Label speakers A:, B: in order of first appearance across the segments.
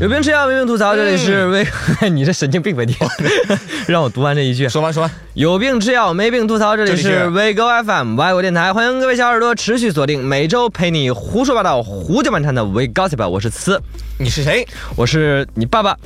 A: 有病吃药，没病吐槽。这里
B: 嗯
A: 是为、 你这神经病吧你，让我读完这一句。
B: 说完说完，
A: 有病吃药，没病吐槽。这里
B: 这里
A: 是
B: 是
A: WeGo FM 外国电台，欢迎各位小耳朵持续锁定，每周陪你胡说八道、胡搅蛮缠的 WeGossip。我是呲，
B: 你是谁？
A: 我是你爸爸，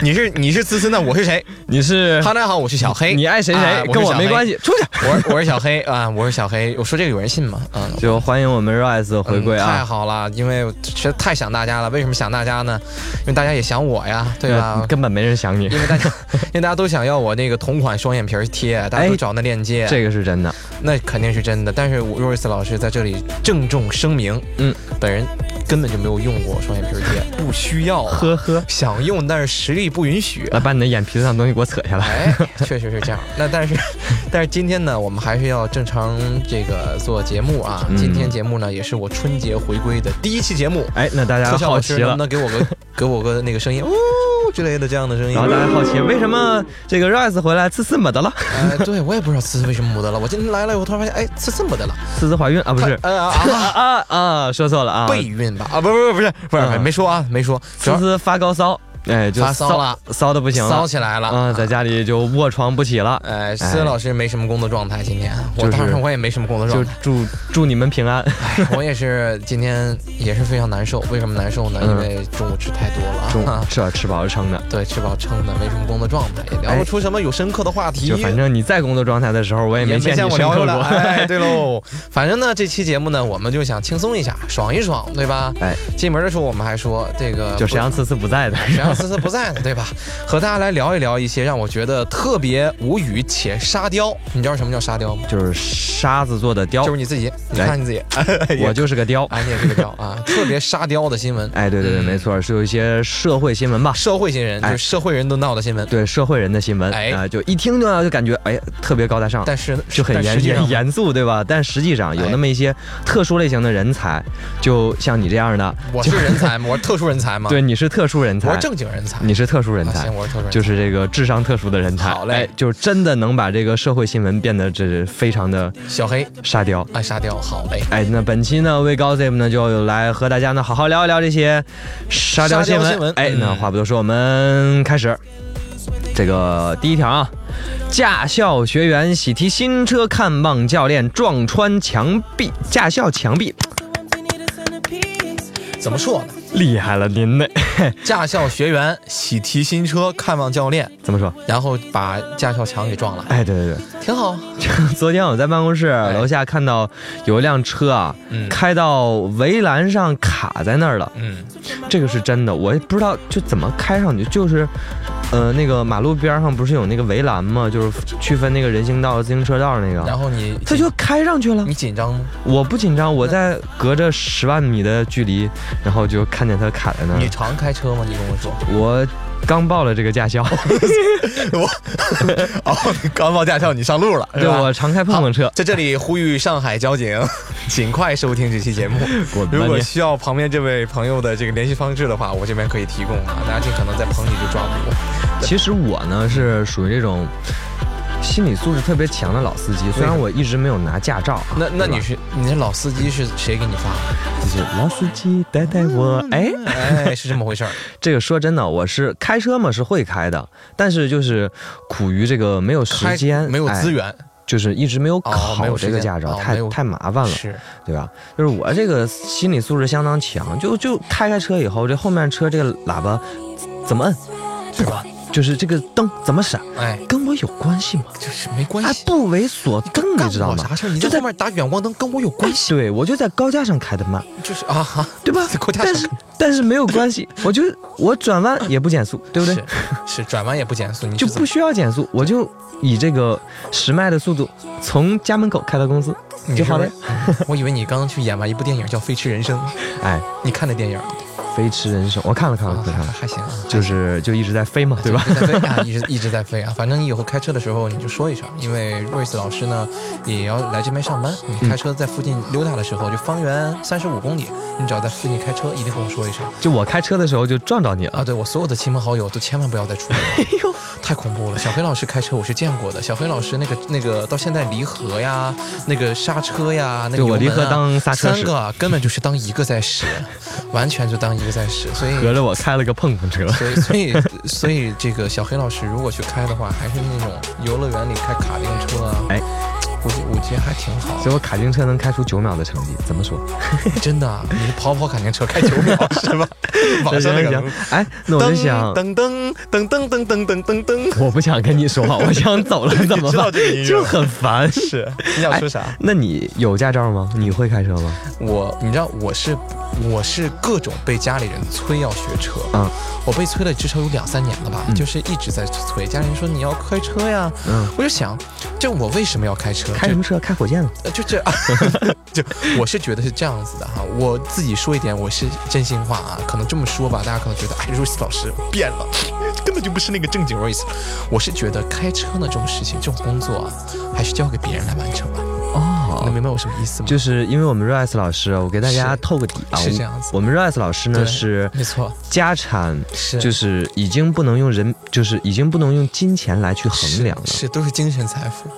B: 你是你是思思呢？我是谁？
A: 你是
B: 哈，大家好，我是小黑。
A: 哎你爱谁谁，
B: 啊
A: 跟我没关。
B: 是
A: 系， 出去。
B: 小 黑我是我是小黑啊，我是小黑。我说这个有人信吗？啊，
A: 就欢迎我们 Rise 的回归
B: 嗯太
A: 啊！
B: 好了，因为我实在太想大家了。为什么想大家呢？因为大家也想我呀，对吧？
A: 根本没人想哎你，
B: 因为大家，因为大家都想要我那个同款双眼皮儿贴，大家
A: 哎
B: 都找那链接，
A: 这个是真的。
B: 那肯定是真的。但是我 Royce 老师在这里郑重声明，
A: 嗯，
B: 本人根本就没有用过双眼皮儿贴，不需要，啊
A: 呵呵，
B: 想用但是实力不允许。
A: 来把你的眼皮子上的东西给我扯下来。
B: 哎，确实是这样。那但是，但是今天呢，我们还是要正常这个做节目啊。
A: 嗯
B: 今天节目呢，也是我春节回归的第一期节目。
A: 哎，那大家
B: 特效
A: 好
B: 老
A: 奇
B: 师能不
A: 了，
B: 能给我 个给我个那个声音呜之类的这样的声音
A: 然？后大家好奇为什么这个 Rise 回来次次没得了，
B: 哎，对我也不知道思思为什么没得了。我今天来了以后，突然发现，哎，思思没得了，
A: 次次怀孕啊？不是
B: 呃 啊
A: 啊
B: 啊，
A: 啊啊！说错了啊！
B: 备孕吧？啊，不不不，不是不是，
A: 嗯
B: 没说啊，没说，主
A: 思
B: 要
A: 思发高烧，哎，就
B: 发骚了，
A: 骚的不行
B: 骚
A: 了，
B: 起来了
A: 啊，在。家里就卧床不起了，
B: 哎，思思老师没什么工作状态，今天
A: 就
B: 我
A: 是
B: 当然我也没什么工作状
A: 就
B: 态，
A: 祝祝你们平安。
B: 哎， 我也是今天也是非常难受。为什么难受呢？
A: 嗯
B: 因为中午吃太多
A: 中
B: 了。啊
A: 吃饱吃饱了撑的，
B: 对，吃饱撑的，没什么工作状态，也聊
A: 哎
B: 不出什么有深刻的话题。
A: 就反正你在工作状态的时候，我也
B: 也
A: 没
B: 没
A: 见你
B: 我
A: 深
B: 聊
A: 刻
B: 过了。
A: 过。
B: 哎，对喽，反正呢，这期节目呢，我们就想轻松一下，爽一爽，对吧？
A: 哎，
B: 进门的时候我们还说这个
A: 就谁让次次不在的，
B: 谁让思思不在呢，对吧？和大家来聊一聊一些让我觉得特别无语且沙雕。你知道什么叫沙雕吗？
A: 就是沙子做的雕
B: 就，是你自己，你
A: 哎
B: 看你自己，
A: 我就是个雕。
B: 啊，你也是个雕啊，特别沙雕的新闻。
A: 哎，对对对，
B: 嗯
A: 没错，是有一些社会新闻吧，
B: 社会新人，就
A: 哎
B: 是社会人都闹的新闻。
A: 对社会人的新闻，
B: 哎
A: 啊，就一听就就感觉哎特别高大上，
B: 但是
A: 就很
B: 但
A: 严
B: 实 际上
A: 严严肃，对吧？但实际上有那么一些特殊类型的人才，就像你这样的，
B: 我是人才吗？ 我是特殊人才吗？，
A: 对，你是特殊人
B: 啊我
A: 才
B: 是，正经人才。
A: 你是特殊人
B: 啊
A: 才
B: 行，。我是特殊人才。
A: 就是这个智商特殊的人才，
B: 好嘞
A: 哎就是真的能把这个社会新闻变得这是非常的
B: 小黑
A: 沙雕。
B: 啊，沙雕，好嘞。
A: 哎，那本期呢，为 Gossip 呢就来和大家呢好好聊一聊这些沙雕新闻。
B: 沙雕新闻
A: 哎，
B: 嗯
A: 那话不多说，我们开始。这个第一条啊，驾校学员喜提新车，看棒教练撞穿墙壁，驾校墙壁，
B: 怎么说呢？
A: 厉害了您呢？
B: 驾校学员喜提新车，看望教练，
A: 怎么说？
B: 然后把驾校墙给撞了，
A: 哎，对对对，
B: 挺好。
A: 昨天我在办公室楼下看到有一辆车啊，
B: 嗯
A: 开到围栏上卡在那儿了，
B: 嗯，
A: 这个是真的，我也不知道就怎么开上去，就是，呃，那个马路边上不是有那个围栏吗？就是区分那个人行道、自行车道那个，
B: 然后你
A: 他就开上去了。
B: 你紧张吗？
A: 我不紧张，我在隔着十万米的距离，然后就看见他卡在那
B: 你
A: 儿。
B: 常开车吗？你跟我说。
A: 我刚报了这个 驾校，
B: 哦，刚报驾校，你上路了，
A: 对我常开碰碰车。
B: 在这里呼吁上海交警， 请快收听这期节目。
A: 我
B: 如
A: 我
B: 果需要旁边这位朋友的这个联系方式的话，我这边可以提供啊，大家尽可能在棚里就抓捕。
A: 其实我呢是属于这种心理素质特别强的老司机，虽然我一直没有拿驾照啊。
B: 那那
A: 对吧
B: 你是你那老司机是谁给你发的？
A: 就是老司机带带我，哎。
B: 哎， 是这么回事儿。
A: 这个说真的，我是开车嘛是会开的，但是就是苦于这个没有时间，
B: 开没有资
A: 哎，
B: 源，
A: 就是一直没有
B: 哦没
A: 考
B: 有
A: 这个
B: 时间
A: 驾照，
B: 哦没
A: 太
B: 有
A: 太麻烦了，
B: 是
A: 对吧？就是我这个心理素质相当强，就就开开车以后，这后面车这个喇叭怎么摁，
B: 是吧？
A: 就是这个灯怎么闪，
B: 哎，
A: 跟我有关系吗？
B: 就是没关
A: 还
B: 系，
A: 不为所动，你
B: 干
A: 知道
B: 我
A: 吗
B: 啥？事儿？你
A: 就
B: 在
A: 在
B: 后面打远光灯跟我有关
A: 哎
B: 系，，
A: 对我就在高架上开的慢，
B: 就是啊哈，？
A: 对吧
B: 国家
A: 但是但是没有关系，我就我转弯也不减速，对不对？
B: 是是转弯也不减速，你
A: 就
B: 怎
A: 是不
B: 么
A: 需要减速，我就以这个时迈的速度从家门口开到公司
B: 你
A: 就是好了
B: 不。 是我以为你刚刚去演完一部电影叫《飞驰人生》，
A: 哎，
B: 你看那电影？
A: 飞驰人生，我看了看了
B: 啊
A: 看了，
B: 还行啊，
A: 就是就一直在飞嘛， 对吧？
B: 一直在飞啊，一直一直在飞啊。反正你以后开车的时候你就说一声，因为瑞斯老师呢也要来这边
A: 嗯
B: 上班。你开车在附近溜达的时候，就方圆三十五公里，你只要在附近开车，一定和我说一一声
A: 就我开车的时候就撞到你了。
B: 啊！对我所有的亲朋好友都千万不要再出门了，
A: 哎呦，
B: 太恐怖了。小飞老师开车我是见过的，小飞老师那个那个到现在离合呀，那个刹车呀，那个
A: 对我
B: 油门啊
A: 离合当刹车使
B: 三个啊根本就是当一个在使，完全就当一个在使，所以
A: 合着我开了个碰碰车。
B: 所以，所以，所以，这个小黑老师如果去开的话，还是那种游乐园里开卡丁车啊。
A: 哎，
B: 我觉我觉得还挺好
A: 所，以我卡丁车能开出九秒的成绩，怎么说？
B: 真的啊。你跑跑卡丁车开九秒是吧？网上那个
A: 行，哎，那我就想，
B: 噔噔噔噔噔噔噔噔噔，
A: 我不想跟你说话，我想走 了，怎么
B: 知道
A: 办
B: 这个音？乐
A: 就
B: 吗
A: 很烦。哎
B: 是你想说啥？
A: 那你有驾照吗？你会开车吗？
B: 我你知道我是我是各种被家里人催要学车，
A: 嗯，
B: 我被催了至少有两三年了吧，
A: 嗯
B: 就是一直在催，家里人说你要开车呀，
A: 嗯，
B: 我就想，这我为什么要开车？
A: 开
B: 这
A: 什么车？开火箭了。
B: 呃，就这， 就我是觉得是这样子的哈。我自己说一点，我是真心话啊，可能这么说吧，大家可能觉得，哎，Rose 老师变了， 根本就不是那个正经 Rose。我是觉得开车呢这种事情，这种工作啊，还是交给别人来完成吧。能
A: 哦。
B: 明白我什么意思吗？
A: 就是因为我们 Rice 老师，我给大家
B: 是
A: 透个底啊，
B: 是
A: 我
B: 这样子
A: 我们 Rice 老师呢
B: 对
A: 是
B: 没错，
A: 家产，
B: 是
A: 就是已经不能用人，就是已经不能用金钱来去衡量了。
B: 嗯是是都是精神财 富，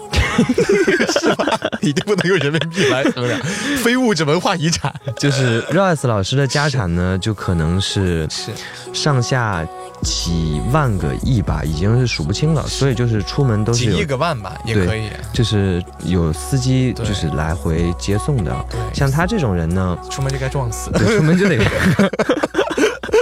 B: 是吧？ 一定不能用人民币来衡量，非物质文化遗产
A: 就是 Rice 老师的家产呢，就可能是
B: 是
A: 上下几万个亿吧，已经是数不清了。所以就是出门都
B: 几
A: 是
B: 亿
A: 有，
B: 个万吧，也
A: 对
B: 可以。
A: 就是有司机
B: 对
A: 就是来回接送的。
B: 对，
A: 像他这种人呢，
B: 出门就该撞死。
A: 对出门就得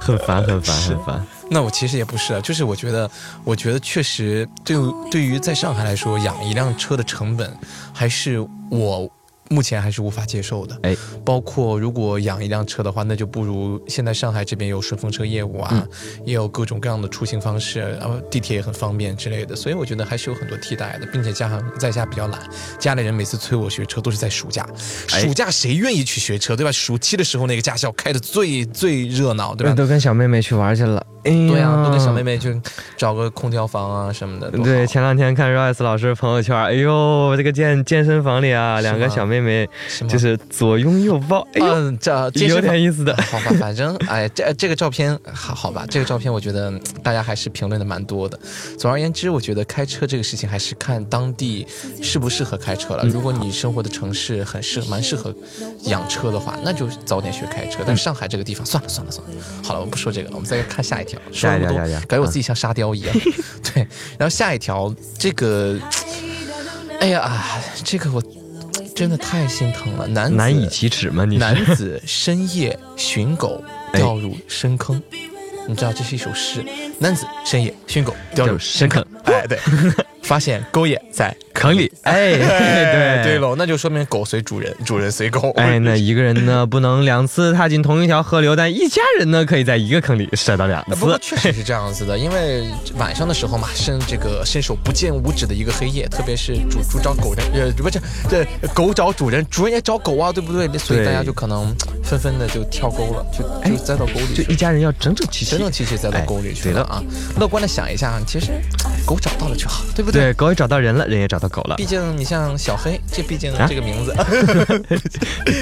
A: 很烦，很烦，很烦。
B: 那我其实也不是啊，就是我觉得，我觉得确实对于对于在上海来说，养一辆车的成本还是我目前还是无法接受的。
A: 哎，
B: 包括如果养一辆车的话，那就不如现在上海这边有顺风车业务啊，
A: 嗯
B: 也有各种各样的出行方式，然后地铁也很方便之类的。所以我觉得还是有很多替代的，并且加上在家比较懒，家里人每次催我学车都是在暑假，
A: 哎
B: 暑假谁愿意去学车，对吧？暑期的时候那个驾校开的最最热闹，对吧？
A: 都跟小妹妹去玩去了。哎呀
B: 对啊，都跟小妹。妹去找个空调房啊什么的。多好
A: 对，前两天看 Rice 老师朋友圈，哎呦，这个健健身房里啊，
B: 是
A: 两个
B: 吗
A: 小妹妹
B: 是吗
A: 就是左拥右抱，哎呦，
B: 嗯，这健
A: 有
B: 身房
A: 点意思的。
B: 好吧，反正哎，这这个照片还好吧？这个照片我觉得嗯大家还是评论的蛮多的。总而言之，我觉得开车这个事情还是看当地适不适合开车
A: 嗯
B: 了。如果你生活的城市很适蛮适合养车的话，那就早点学开车。
A: 嗯
B: 但上海这个地方，算了算了算了，好了，我们不说这个了，我们再看下一条。说
A: 下
B: 那
A: 一
B: 么
A: 条
B: 多
A: 下一条，
B: 感觉我自己像沙雕一样。
A: 嗯
B: 对，然后下一条这 个，哎呀，这个我真的太心疼了，男子
A: 难以启齿吗？你是？
B: 男子深夜寻狗掉入深坑，你知道这是一首诗。男子深夜寻狗掉入深坑，哎，对，发现狗也在。
A: 坑里，哎，
B: 哎
A: 对
B: 对喽，那就说明狗随主人，主人随狗。
A: 哎，那一个人呢，不能两次踏进同一条河流，但一家人呢，可以在一个坑里摔到两
B: 哎不过确
A: 次。
B: 实是这样子的，因为晚上的时候嘛，伸这个伸手不见五指的一个黑夜，特别是主主找狗人，呃，不是这狗找主人，主人也找狗啊，对不对？所以
A: 对
B: 大家就可能纷纷的就跳沟了，就就栽到沟里去了。
A: 就一家人要整整齐齐
B: 整。整齐齐栽到沟里去了啊！乐观的想一下，其实狗找到了就好，对不对？
A: 对，狗也找到人了，人也找到狗了
B: 毕。竟你像小黑，这毕竟
A: 啊
B: 这个名字，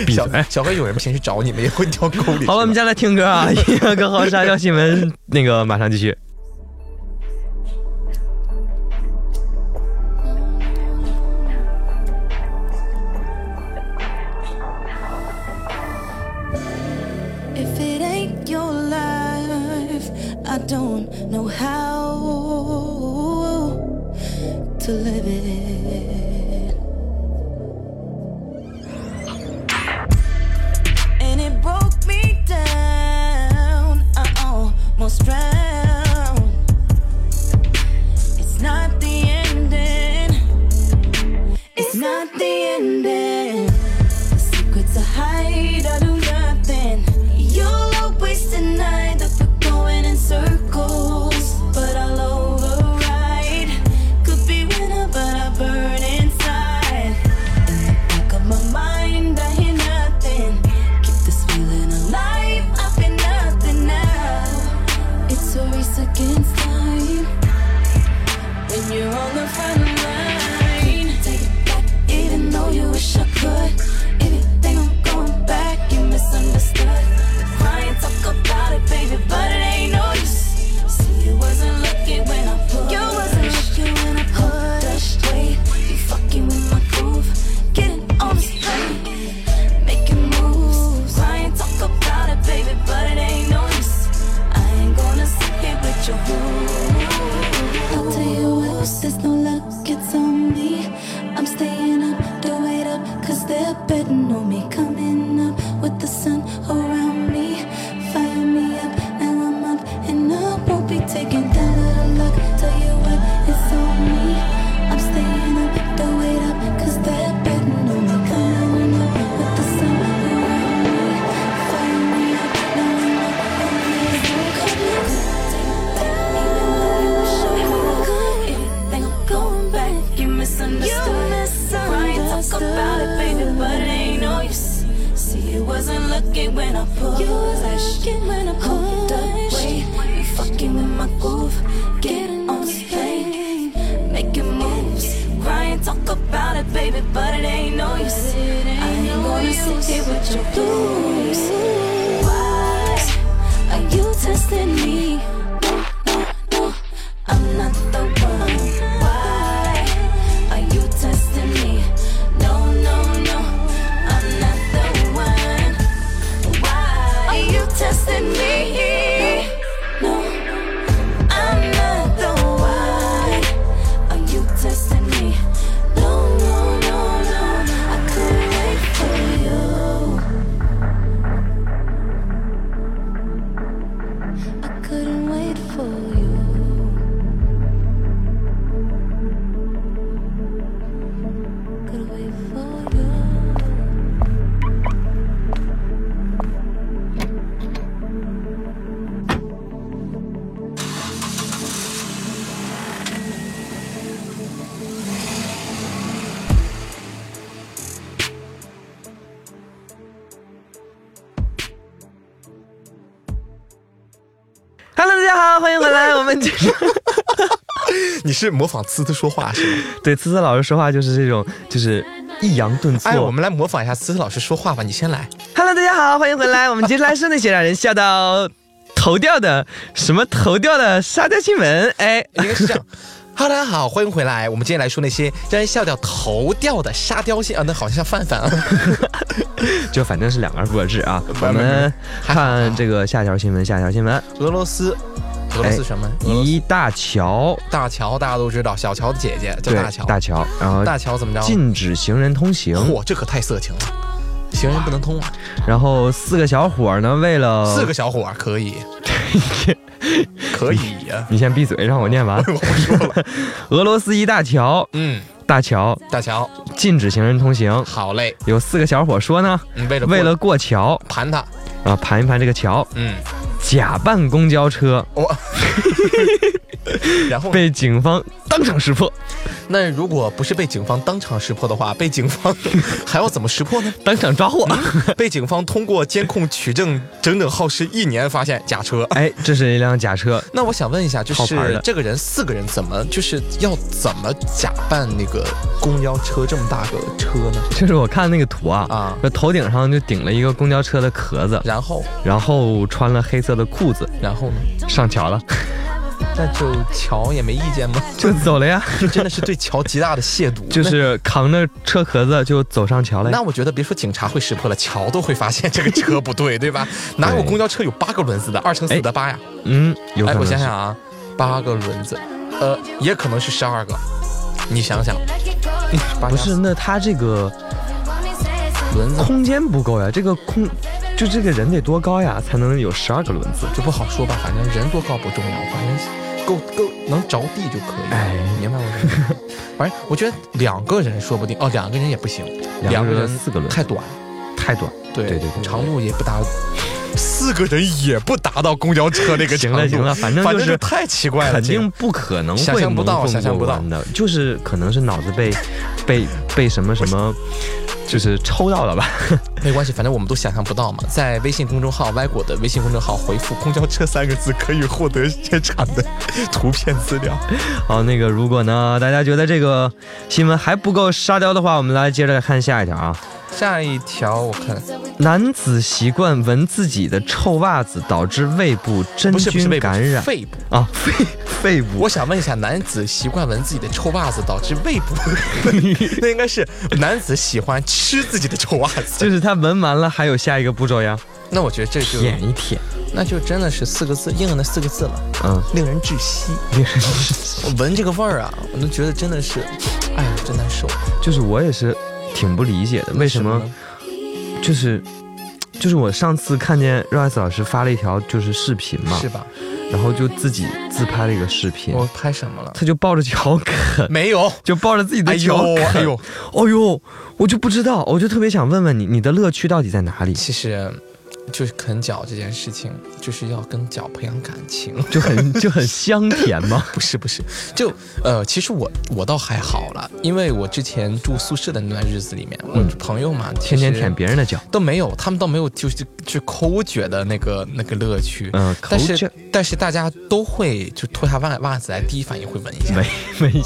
A: 闭
B: 小
A: 嘴！
B: 小黑有人平时找你们也会掉沟里去。
A: 好了，我们再来听歌啊！ 一个更好沙雕新闻，那个马上继续。
C: If it ain't your life, I don't know how to live it. And it broke me down. I almost drowned. It's not the ending. It's not the ending. The secrets I hide, I do nothing. You'll always deny that we're going in circles, but I'll override. Could be winter, but I burn inside. your blues. Why are you testing me? No, no, no, I'm not the one. Why are you testing me? No, no, no, I'm not the one. Why are you testing me? No. I'm not the one. Are you testing me? No, no, no, no. I could wait for you. I couldn't wait for you. Could wait for you.
A: Hello，大家好，欢迎回 来。我们这是
B: 你是模仿呲呲说话是吗？
A: 对思思老师说话就是这种，就是抑扬顿挫。
B: 哎，我们来模仿一下呲呲老师说话吧，你先来。
A: Hello，大家好，欢迎回 来。我们接下来是那些让人笑到头掉的什么头掉的沙雕新闻。哎，
B: 应该是这样。哈喽，大家好，欢迎回来。我们今天来说那些让人笑掉头掉的沙雕蟹啊，那好像像范范啊。
A: 就反正是两个人不可治啊。
B: 不
A: 我
B: 不
A: 们
B: 还好还
A: 看
B: 好
A: 这个下条新闻，下条新闻，
B: 俄罗斯，俄罗斯什么？俄罗斯
A: 一大桥，
B: 大乔大家都知道，小乔的姐姐叫
A: 对，
B: 大乔。
A: 大乔，然后
B: 大乔怎么着？
A: 禁止行人通行，
B: 嚯，这可太色情了，行人不能通啊。
A: 然后四个小伙儿呢，为了
B: 四个，小伙儿可 以，可以呀、
A: 你先闭嘴，让我念完。
B: 我不说了。
A: 俄罗斯一大桥，
B: 嗯，
A: 大桥
B: 大乔，
A: 禁止行人通行，
B: 好嘞，
A: 有四个小伙说呢，
B: 嗯为了
A: 为
B: 过
A: 了过桥
B: 盘他，
A: 啊，盘一盘这个桥，
B: 嗯，
A: 假扮公交车
B: 我。然后呢，
A: 被警方当场识破，
B: 那如果不是被警方当场识破的话，被警方 还要怎么识破 呢？
A: 当场抓获。
B: 被警方通过监控取证，整整耗时一年发现假车。
A: 哎，这是一辆假车，
B: 那我想问一下，就
A: 好牌
B: 是
A: 的
B: 这个人四个人怎么就是要怎么假扮那个公交车这么大个车呢？
A: 就是我看那个图啊，
B: 啊
A: 这头顶上就顶了一个公交车的壳子，
B: 然后，
A: 然后穿了黑色的裤子
B: 然后呢？
A: 上桥了，
B: 那就乔也没意见吗？
A: 就走 了呀，
B: 这真的是对乔极大的亵渎。
A: 就是扛着车壳子就走上桥
B: 那
A: 了呀
B: 那。我觉得别说警察会识破了，乔都会发现这个车不对，对吧？哪有公交车有八个轮子的？二乘四得八呀？
A: 嗯，有可
B: 哎，
A: 能
B: 我
A: 是
B: 想想啊，八个轮子，呃，也可能是十二个。你想想，八
A: 不是，那他这个
B: 轮子
A: 空间不够呀，这个空就这个人得多高呀，才能有十二个轮子？
B: 就不好说吧，反正人多高不重要，反正够够能着地就可以。
A: 哎
B: 你明白我意思吗？ 反正我觉得两个人说不定哦，两个人也不行，
A: 两
B: 两
A: 个
B: 个
A: 人
B: 人
A: 四个轮
B: 太短。
A: 太短。
B: 对
A: 对对对
B: 长度也不达，四个人也不达到公交车那个长
A: 行
B: 度。
A: 了行了，反正
B: 反
A: 就
B: 正
A: 是
B: 太奇怪了，
A: 肯
B: 这个
A: 定不可能会
B: 想象不到
A: 蒙混
B: 想象不到
A: 过关的，就是可能是脑子 被被被什么什么，就是抽到了吧？
B: 没关系，反正我们都想象不到嘛。在微信公众号“歪果”的微信公众号回复“公交车”三个字，可以获得现场的 图片资料。
A: 好，那个如果呢，大家觉得这个新闻还不够沙雕的话，我们来接着看下一条啊。
B: 下一条我看
A: 男子习惯闻自己的臭袜子，导致胃部真
B: 不是不是
A: 菌
B: 胃部，
A: 感
B: 是
A: 染
B: 肺部。
A: 啊， 肺肺部
B: 我想问一下，男子习惯闻自己的臭袜子，导致胃部？ 那应该是男子喜欢吃自己的臭袜子。
A: 就是他闻完了，还有下一个步骤呀，
B: 那我觉得这就
A: 舔一舔，
B: 那就真的是四个字，应了那四个字了，
A: 嗯，
B: 令人窒息。我闻这个味儿啊，我都觉得真的是，哎呀，真难受。
A: 就是我也是挺不理解的，为什么
B: 呢？
A: 就是。就是我上次看见 Rice 老师发了一条就是视频嘛，
B: 是哦吧？
A: 然后就自己自拍了一个视频，
B: 我拍什么了？
A: 他就抱着 脚 啃，
B: 没有。
A: 就抱着自己
B: 哎
A: 的
B: 呦
A: 脚
B: 哎
A: 啃，
B: 呦，
A: 哎呦，我就不知道，我就特别想问问你，你的乐趣到底在哪里？
B: 其实就是啃脚这件事情，就是要跟脚培养感情。
A: 就很就很香甜吗？
B: 不是不是，就呃，其实我我倒还好了，因为我之前住宿舍的那段日子里面，我朋友嘛，
A: 天天舔
B: 别
A: 别人的脚，
B: 都没有，他们倒没有就是就抠脚的那个那个乐趣。
A: 嗯，
B: 但
A: 口角
B: 是但是大家都会就脱下袜袜子来，第一反应会闻一下，
A: 没没，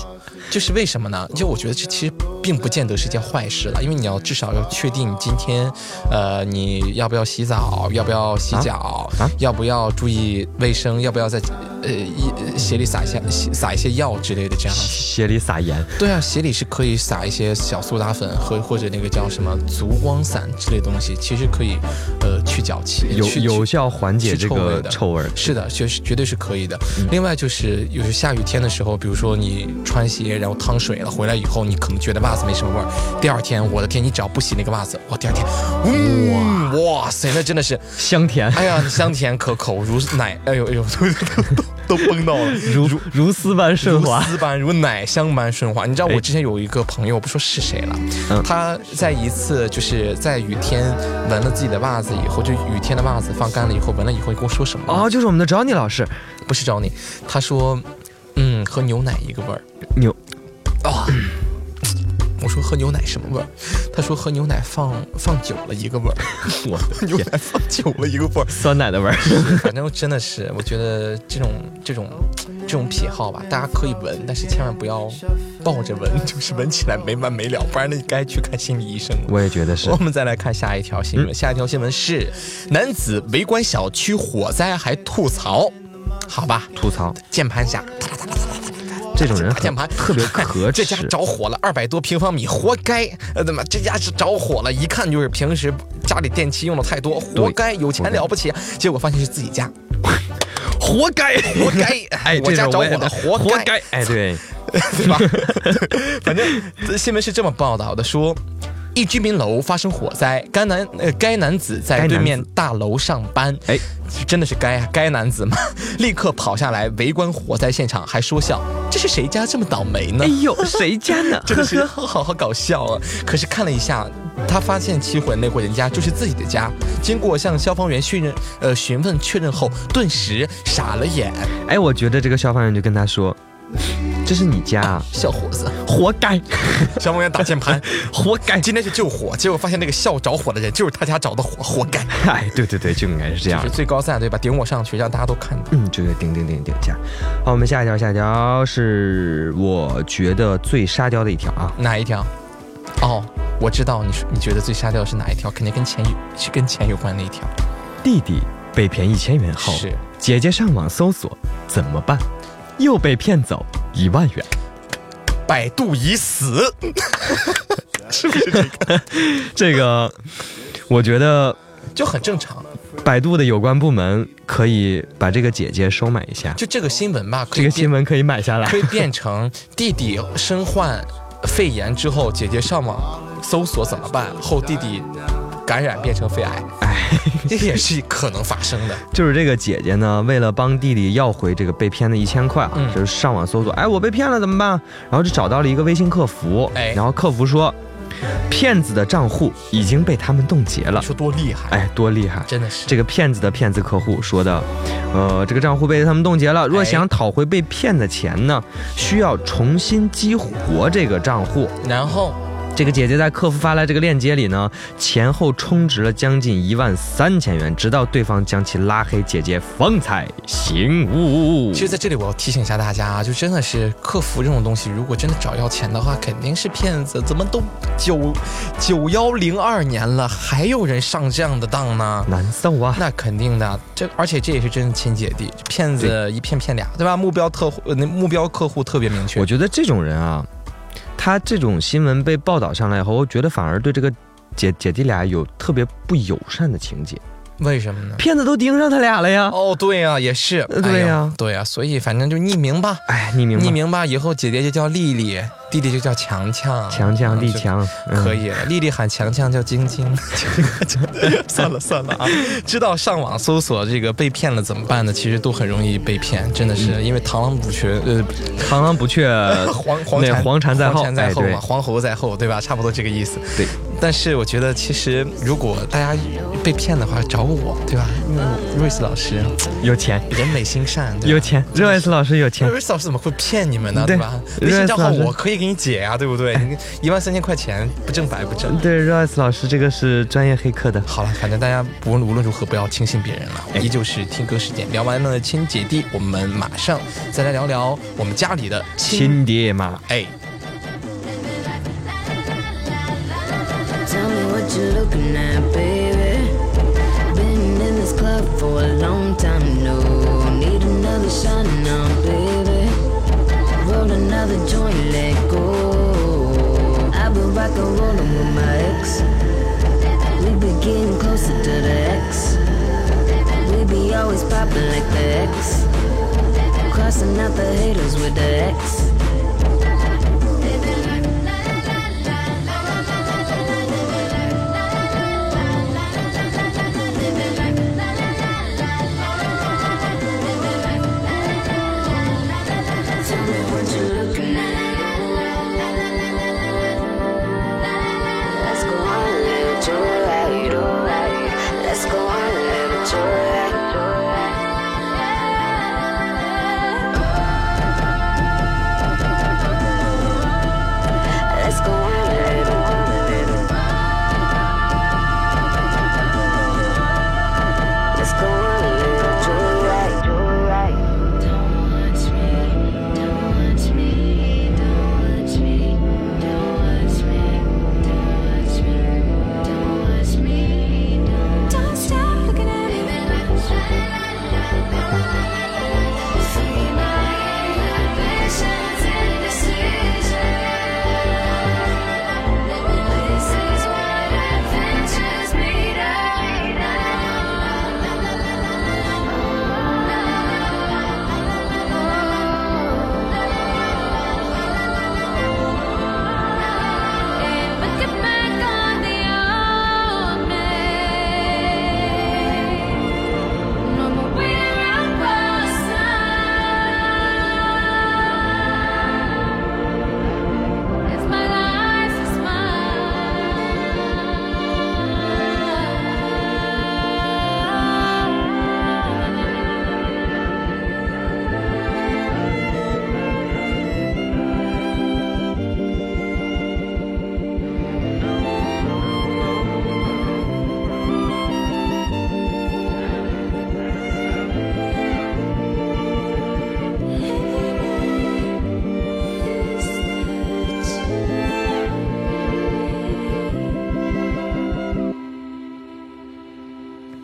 B: 就是为什么呢？就我觉得这其实并不见得是件坏事了，因为你要至少要确定今天，呃，你要不要洗澡，要不要洗脚，
A: 啊
B: 要不要注意卫生，要不要在呃一呃鞋里撒一下撒一些药之类的这样子。
A: 鞋里撒盐，
B: 对啊，鞋里是可以撒一些小苏打粉和或者那个叫什么足光散之类的东西，其实可以呃去脚气，
A: 有
B: 去
A: 有效缓解
B: 去
A: 这
B: 臭味
A: 个
B: 的
A: 臭味儿。
B: 是的，绝是绝对是可以的。另外就是，有时下雨天的时候，比如说你穿鞋然后趟水了，回来以后你可能觉得袜子没什么味儿，第二天，我的天，你只要不洗那个袜子，哇，第二天，嗯、哇哇塞，那真的是，
A: 香甜，
B: 哎呀，香甜可口如奶，哎呦哎呦，都都都崩到了。
A: 如如丝般顺滑
B: 如。丝般如奶香般顺滑。你知道
A: 哎
B: 我之前有一个朋友，我不说是谁了，
A: 嗯
B: 他在一次就是在雨天闻了自己的袜子以后，就雨天的袜子放干了以后闻了以后，你跟我说什么了吗？
A: 哦，就是我们的 Johnny 老师，
B: 不是找你，他说，嗯，和牛奶一个味儿。
A: 牛
B: 啊、我说喝牛奶什么味儿？他说喝牛奶放放久了一个味儿，
A: 我
B: 牛
A: 的天，
B: 奶放久了一个味儿。
A: 酸奶的味儿。
B: 反正真的是，我觉得这种这种这种癖好吧，大家可以闻，但是千万不要抱着闻， 就是闻起来没完没了，不然那该去看心理医生了。
A: 我也觉得是嗯
B: 我。们再来看下一条新闻，下一条新闻是男子围观小区火灾还吐槽，好吧，
A: 吐槽
B: 键盘侠，
A: 这种人
B: 打键
A: 很
B: 盘
A: 特别可
B: 这
A: 耻。
B: 家着火了二百多平方米，活该！呃，怎么这家是着火了？一看就是平时家里电器用的太多，活
A: 对
B: 该！有
A: 活
B: 钱
A: 该
B: 了不起，结果发现是自己 家，
A: 活该，
B: 活该！
A: 哎，
B: 我
A: 这
B: 家
A: 种
B: 着火
A: 我也
B: 了，活
A: 活该，哎，对，
B: 对吧？ 反正这新闻是这么报道的，说。一居民楼发生火灾，该男呃该男子
A: 该
B: 在
A: 男子
B: 对面大楼上班，
A: 哎，
B: 真的是该啊该男子嘛， 立刻跑下来围观火灾现场，还说笑，这是谁家这么倒霉呢
A: 哎？呦，谁家 呢？
B: 真的是好好好搞笑啊！可是看了一下，他发现起火那户人家就是自己的家。经过向消防员确认，呃询问确认后，顿时傻了眼。
A: 哎，我觉得这个消防员就跟他说：“这是你家啊，
B: 小伙子，
A: 活该，
B: 消防员打键盘，
A: 活 该。
B: 今天去救火，结果发现那个校着火的人就是他家着的火，活该。”
A: 哎，对对对，就应该是这
B: 就
A: 样
B: 是。最高赞对吧？顶我上去，让大家都看到。
A: 嗯，这个顶顶顶顶一下。好，我们下一条，下一条是我觉得最沙雕的一条啊。
B: 哪一条？哦，我知道你说你觉得最沙雕的是哪一条？肯定跟钱有是跟钱有关的一条。
A: 弟弟被骗一千元后，
B: 是
A: 姐姐上网搜索怎么办？又被骗走一万元，
B: 百度已死，是不是这个？
A: 这个我觉得
B: 就很正常。
A: 百度的有关部门可以把这个姐姐收买一下，
B: 就这个新闻吧，可
A: 这
B: 以变
A: 个新闻可以买下来
B: 可。以变成弟弟身患肺炎之后，姐姐上网搜索怎么办，后弟弟感染变成肺癌，
A: 哎，
B: 这也是可能发生 的。
A: 就是这个姐姐呢，为了帮弟弟要回这个被骗的一千块啊，
B: 嗯
A: 就是上网搜索，哎，我被骗了怎么办？然后就找到了一个微信客服，
B: 哎
A: 然后客服说，骗子的账户已经被他们冻结了
B: 你。说多厉害，
A: 哎，多厉害！
B: 真的是
A: 这个骗子的骗子客户说的，呃，这个账户被他们冻结了。若
B: 哎
A: 想讨回被骗的钱呢，需要重新激活这个账户。
B: 然后
A: 这个姐姐在客服发来这个链接里呢，前后充值了将近一万三千元，直到对方将其拉黑，姐姐方才醒悟
B: 其。实在这里我要提醒一下大家啊，就真的是客服这种东西，如果真的找要钱的话，肯定是骗子。怎么都九九幺零二年了，还有人上这样的当呢？
A: 难受啊！
B: 那肯定的，这而且这也是真亲姐弟，骗子一骗骗俩，对吧？目标特户，呃那目标客户特别明确
A: 我。觉得这种人啊，他这种新闻被报道上来以后，我觉得反而对这个姐姐弟俩有特别不友善的情节。
B: 为什么呢？
A: 骗子都盯上他俩了呀！
B: 哦，对呀、也是，
A: 呃对呀
B: 哎呦对呀、所以反正就匿名吧，
A: 哎，匿名吧
B: 匿名吧，以后姐姐就叫丽丽，弟弟就叫强强，
A: 强强力
B: 嗯。
A: 强，嗯
B: 可。以，丽丽喊强强叫晶晶， 算了算了啊！知道上网搜索这个被骗了怎么办呢？其实都很容易被骗，真的是因为螳螂捕雀，呃，
A: 螳螂捕雀，
B: 黄黄
A: 那
B: 蝉
A: 黄蝉在后，
B: 黄蝉在后
A: 哎
B: 嘛，黄喉在后， 对吧？差不多这个意思。
A: 对。
B: 但是我觉得，其实如果大家被骗的话，找我，对吧？因为瑞斯老师
A: 对，有钱，
B: 人美心善，对吧
A: 有钱，热爱斯老师有钱，
B: 瑞斯老师怎么会骗你们呢？
A: 对
B: 对吧？
A: 瑞
B: 微
A: 斯
B: 信账号
A: 老师哎
B: 我可以给你解呀、对不对？你一万三千块钱不挣白不挣。
A: 对，热爱斯老师这个是专业黑客的。
B: 好了，反正大家无论无论如何不要轻信别人了。依旧是听歌时间，聊完了亲姐弟，我们马上再来聊聊我们家里的亲。
A: 爹妈，
B: 哎，
C: Like
D: you looking at, baby? Been in this club for a long time, no. Need another shot now, baby. Roll another joint, let go. I've been rock and rolling with my ex. We be getting closer to the ex. We be always popping like the ex. Crossing out the haters with the ex. Tell me what you looking at. Let's go on a little joyride, alright. Let's go on a little joyride, joyride. Let's go on a little, on a little. Let's go on a little joyride, joyride.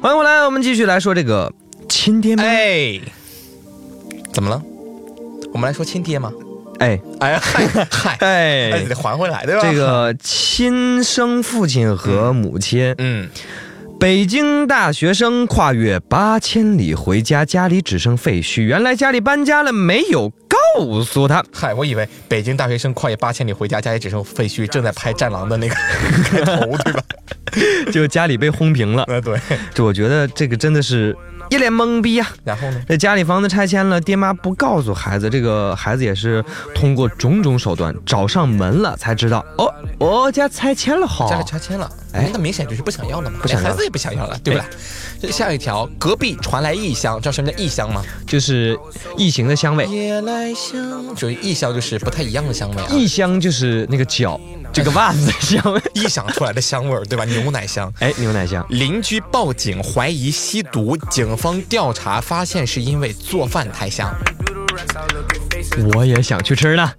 A: 欢迎回来，我们继续来说这个亲爹吗？
B: 哎，怎么了？我们来说亲爹嘛。
A: 哎
B: 哎嗨嗨，哎，
A: 哎
B: 得，还回来对吧？
A: 这，个亲生父亲和母亲，
B: 嗯，
A: 北京大学生跨越八千里回家，家里只剩废墟。原来家里搬家了，没有告诉他。
B: 嗨，我以为北京大学生跨越八千里回家，家里只剩废墟，正在拍《战狼》的那 个开头，对 吧？
A: 就家里被轰平了。
B: 呃，对。
A: 这我觉得这个真的是一脸懵逼呀、
B: 然后呢？
A: 这家里房子拆迁了，爹妈不告诉孩子，这个孩子也是通过种种手段找上门了，才知道哦，我家拆迁了哈。
B: 家里拆迁了，
A: 哎
B: 那明显哦就是不想要了嘛，
A: 不想要了
B: 连孩子也不想要了，对不啦？这下一条，隔壁传来异香，知道什么叫异香吗？
A: 就是异形的香味，
B: 夜来香，就是异香，就是不太一样的香味啊。
A: 异香就是那个脚，这个袜子的香味。
B: 异想出来的香味儿，对吧？牛奶香。
A: 哎，牛奶香。
B: 邻居报警怀疑吸毒，警方调查发现是因为做饭太香，
A: 我也想去吃呢。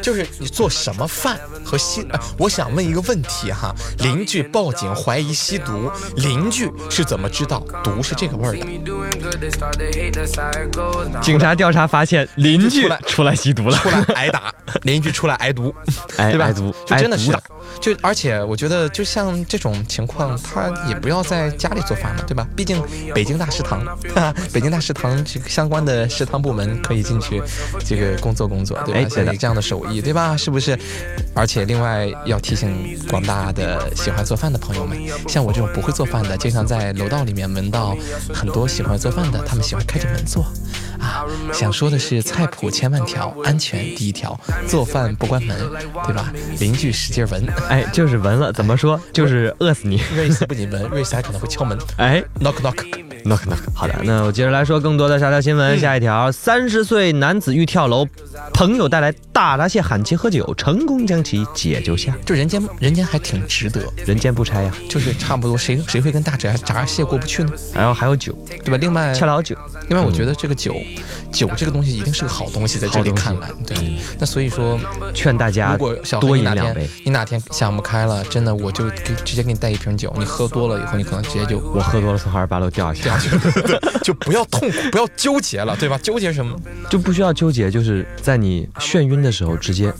B: 就是你做什么饭和吸、呃。我想问一个问题哈，邻居报警怀疑吸毒，邻居是怎么知道毒是这个味儿的？
A: 警察调查发现，邻居
B: 出来
A: 出来 吸毒了。
B: 出来挨打，邻居出来挨毒，
A: 哎
B: 对吧？
A: 挨毒
B: 就真的是
A: 挨
B: 的。就而且我觉得，就像这种情况，他也不要在家里做饭了，对吧？毕竟北京大食堂， 哈哈北京大食堂这个相关的食堂部门可以进去这个工作工作，对吧？
A: 哎对的
B: 像你这样的手艺，对吧？是不是？而且另外要提醒广大的喜欢做饭的朋友们，像我这种不会做饭的，经常在楼道里面闻到很多喜欢做饭的，他们喜欢开着门做。啊，想说的是菜谱千万条，安全第一条，做饭不关门，对吧？邻居使劲闻，
A: 哎，就是闻了，怎么说？就是饿死你。
B: 瑞斯不仅闻，瑞斯还可能会敲门
A: 哎，
B: ，knock knock。
A: knock knock。好的，嗯那我接着来说更多的沙雕新闻。下一条，三十岁男子欲跳楼，朋友带来大闸蟹喊其喝酒，成功将其解救下。
B: 就人间人间还挺值得，
A: 人间不拆呀、
B: 就是差不多谁谁会跟大闸闸蟹过不去呢？
A: 然后还有酒，
B: 对吧？另外，
A: 恰老酒，
B: 另外我觉得这个酒，酒这个东西一定是个嗯好东西，在嗯这里看来，对。那所以说，
A: 劝大
B: 如
A: 家
B: 果小
A: 多
B: 黑
A: 饮
B: 你哪
A: 两
B: 天
A: 杯。
B: 你哪天想不开了，真的我就给直接给你带一瓶酒，你喝多了以后，你可能直接就
A: 我喝多了从二十八楼掉下去，
B: 下去了，对就不要 痛苦，不要纠结了，对吧？纠结什么？
A: 就不需要纠结，就是在你眩晕的时候直接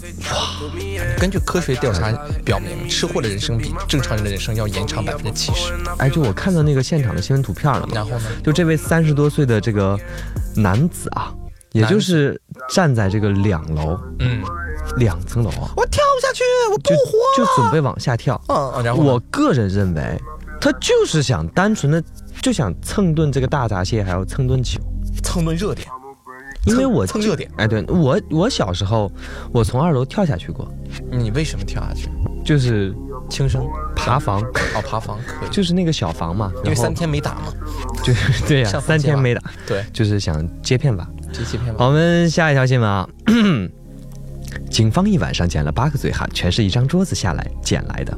B: 根据科学调查表明，吃货的人生比正常人的人生要延长百分之七十。
A: 哎，就我看到那个现场的新闻图片了嘛，
B: 然后呢？
A: 就这位三十多岁的这个男子啊，也
B: 男子
A: 就是站在这个两楼
B: 嗯，
A: 两层楼啊，
B: 我跳不下去，我不
A: 就就准备往下跳。
B: 嗯，嗯然后呢
A: 我个人认为，他就是想单纯的就想蹭顿这个大闸蟹，还有蹭顿酒，
B: 蹭顿热点，
A: 因为
B: 蹭
A: 我
B: 蹭热点。
A: 哎，对我我小时候我从二楼跳下去过，
B: 你为什么跳下去？
A: 就是
B: 轻生
A: 爬房。
B: 哦，爬房可以，
A: 就是那个小房嘛，
B: 因为
A: 然后
B: 三天没打嘛。
A: 就是对呀、
B: 上房
A: 三
B: 揭
A: 天
B: 瓦
A: 没打，
B: 对，
A: 就是想接片吧。
B: 这期片吧。
A: 好，我们下一条新 闻啊。警方一晚上捡了八个醉汉，全是一张桌子下来捡来的。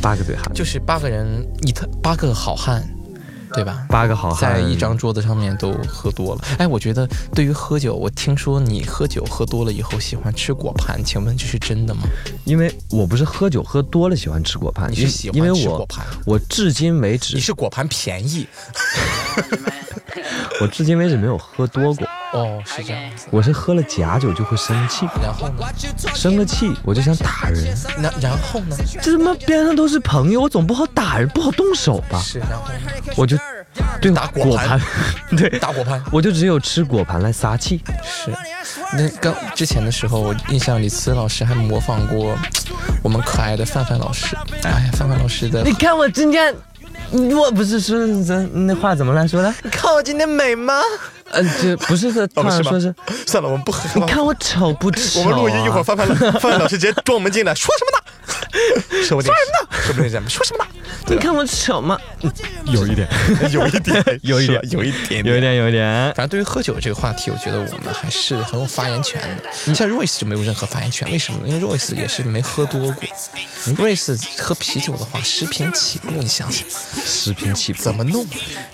A: 八个醉汉，
B: 就是八个人，一他八个好汉，对吧？
A: 八个好汉，
B: 在一张桌子上面都喝多了。哎，我觉得对于喝酒，我听说你喝酒喝多了以后喜欢吃果盘，请问这是真的吗？
A: 因为我不是喝酒喝多了喜欢吃果盘，
B: 你
A: 因
B: 是
A: 为
B: 喜
A: 因为
B: 欢吃
A: 我
B: 果盘？
A: 我至今为止
B: 你，是果盘便宜
A: 我至今为止没有喝多过，
B: 哦，是这样子。
A: 我是喝了假酒就会生气，
B: 然后呢？
A: 生了气我就想打人。
B: 那然后呢？
A: 这他妈边上都是朋友，我总不好打人，不好动手吧？
B: 是然后呢
A: 我就对
B: 打果
A: 果
B: 盘
A: 盘， 对，
B: 大果盘
A: 我就只有吃果盘来撒气。
B: 是。那刚之前的时候，我印象里慈老师还模仿过我们可爱的范范老师。哎呀，范范老师的
A: 你看我今天，我不是说那话怎么来说的？
B: 你看我今天美吗？
A: 呃，这不是说，突
B: 不
A: 然
B: 是吗
A: 说是，
B: 算了，我们不喝
A: 你看我丑不丑、
B: 我
A: 啊？
B: 们录音一会儿，范范老范范老师直接撞门进来，说什么呢？ 说不定是说不定是这样，说什么呢？
A: 你看我丑吗？有一点，
B: 有一点，
A: 有 一
B: 是
A: 点
B: 吧有一点，
A: 有一。点，有一点。
B: 反正对于喝酒这个话题，我觉得我们还是很有发言权的。像 Royce 就没有任何发言权，为什么呢？因为 Royce 也是没喝多过。Royce 喝啤酒的话，十瓶起步，你想想
A: 十瓶起步
B: 怎么弄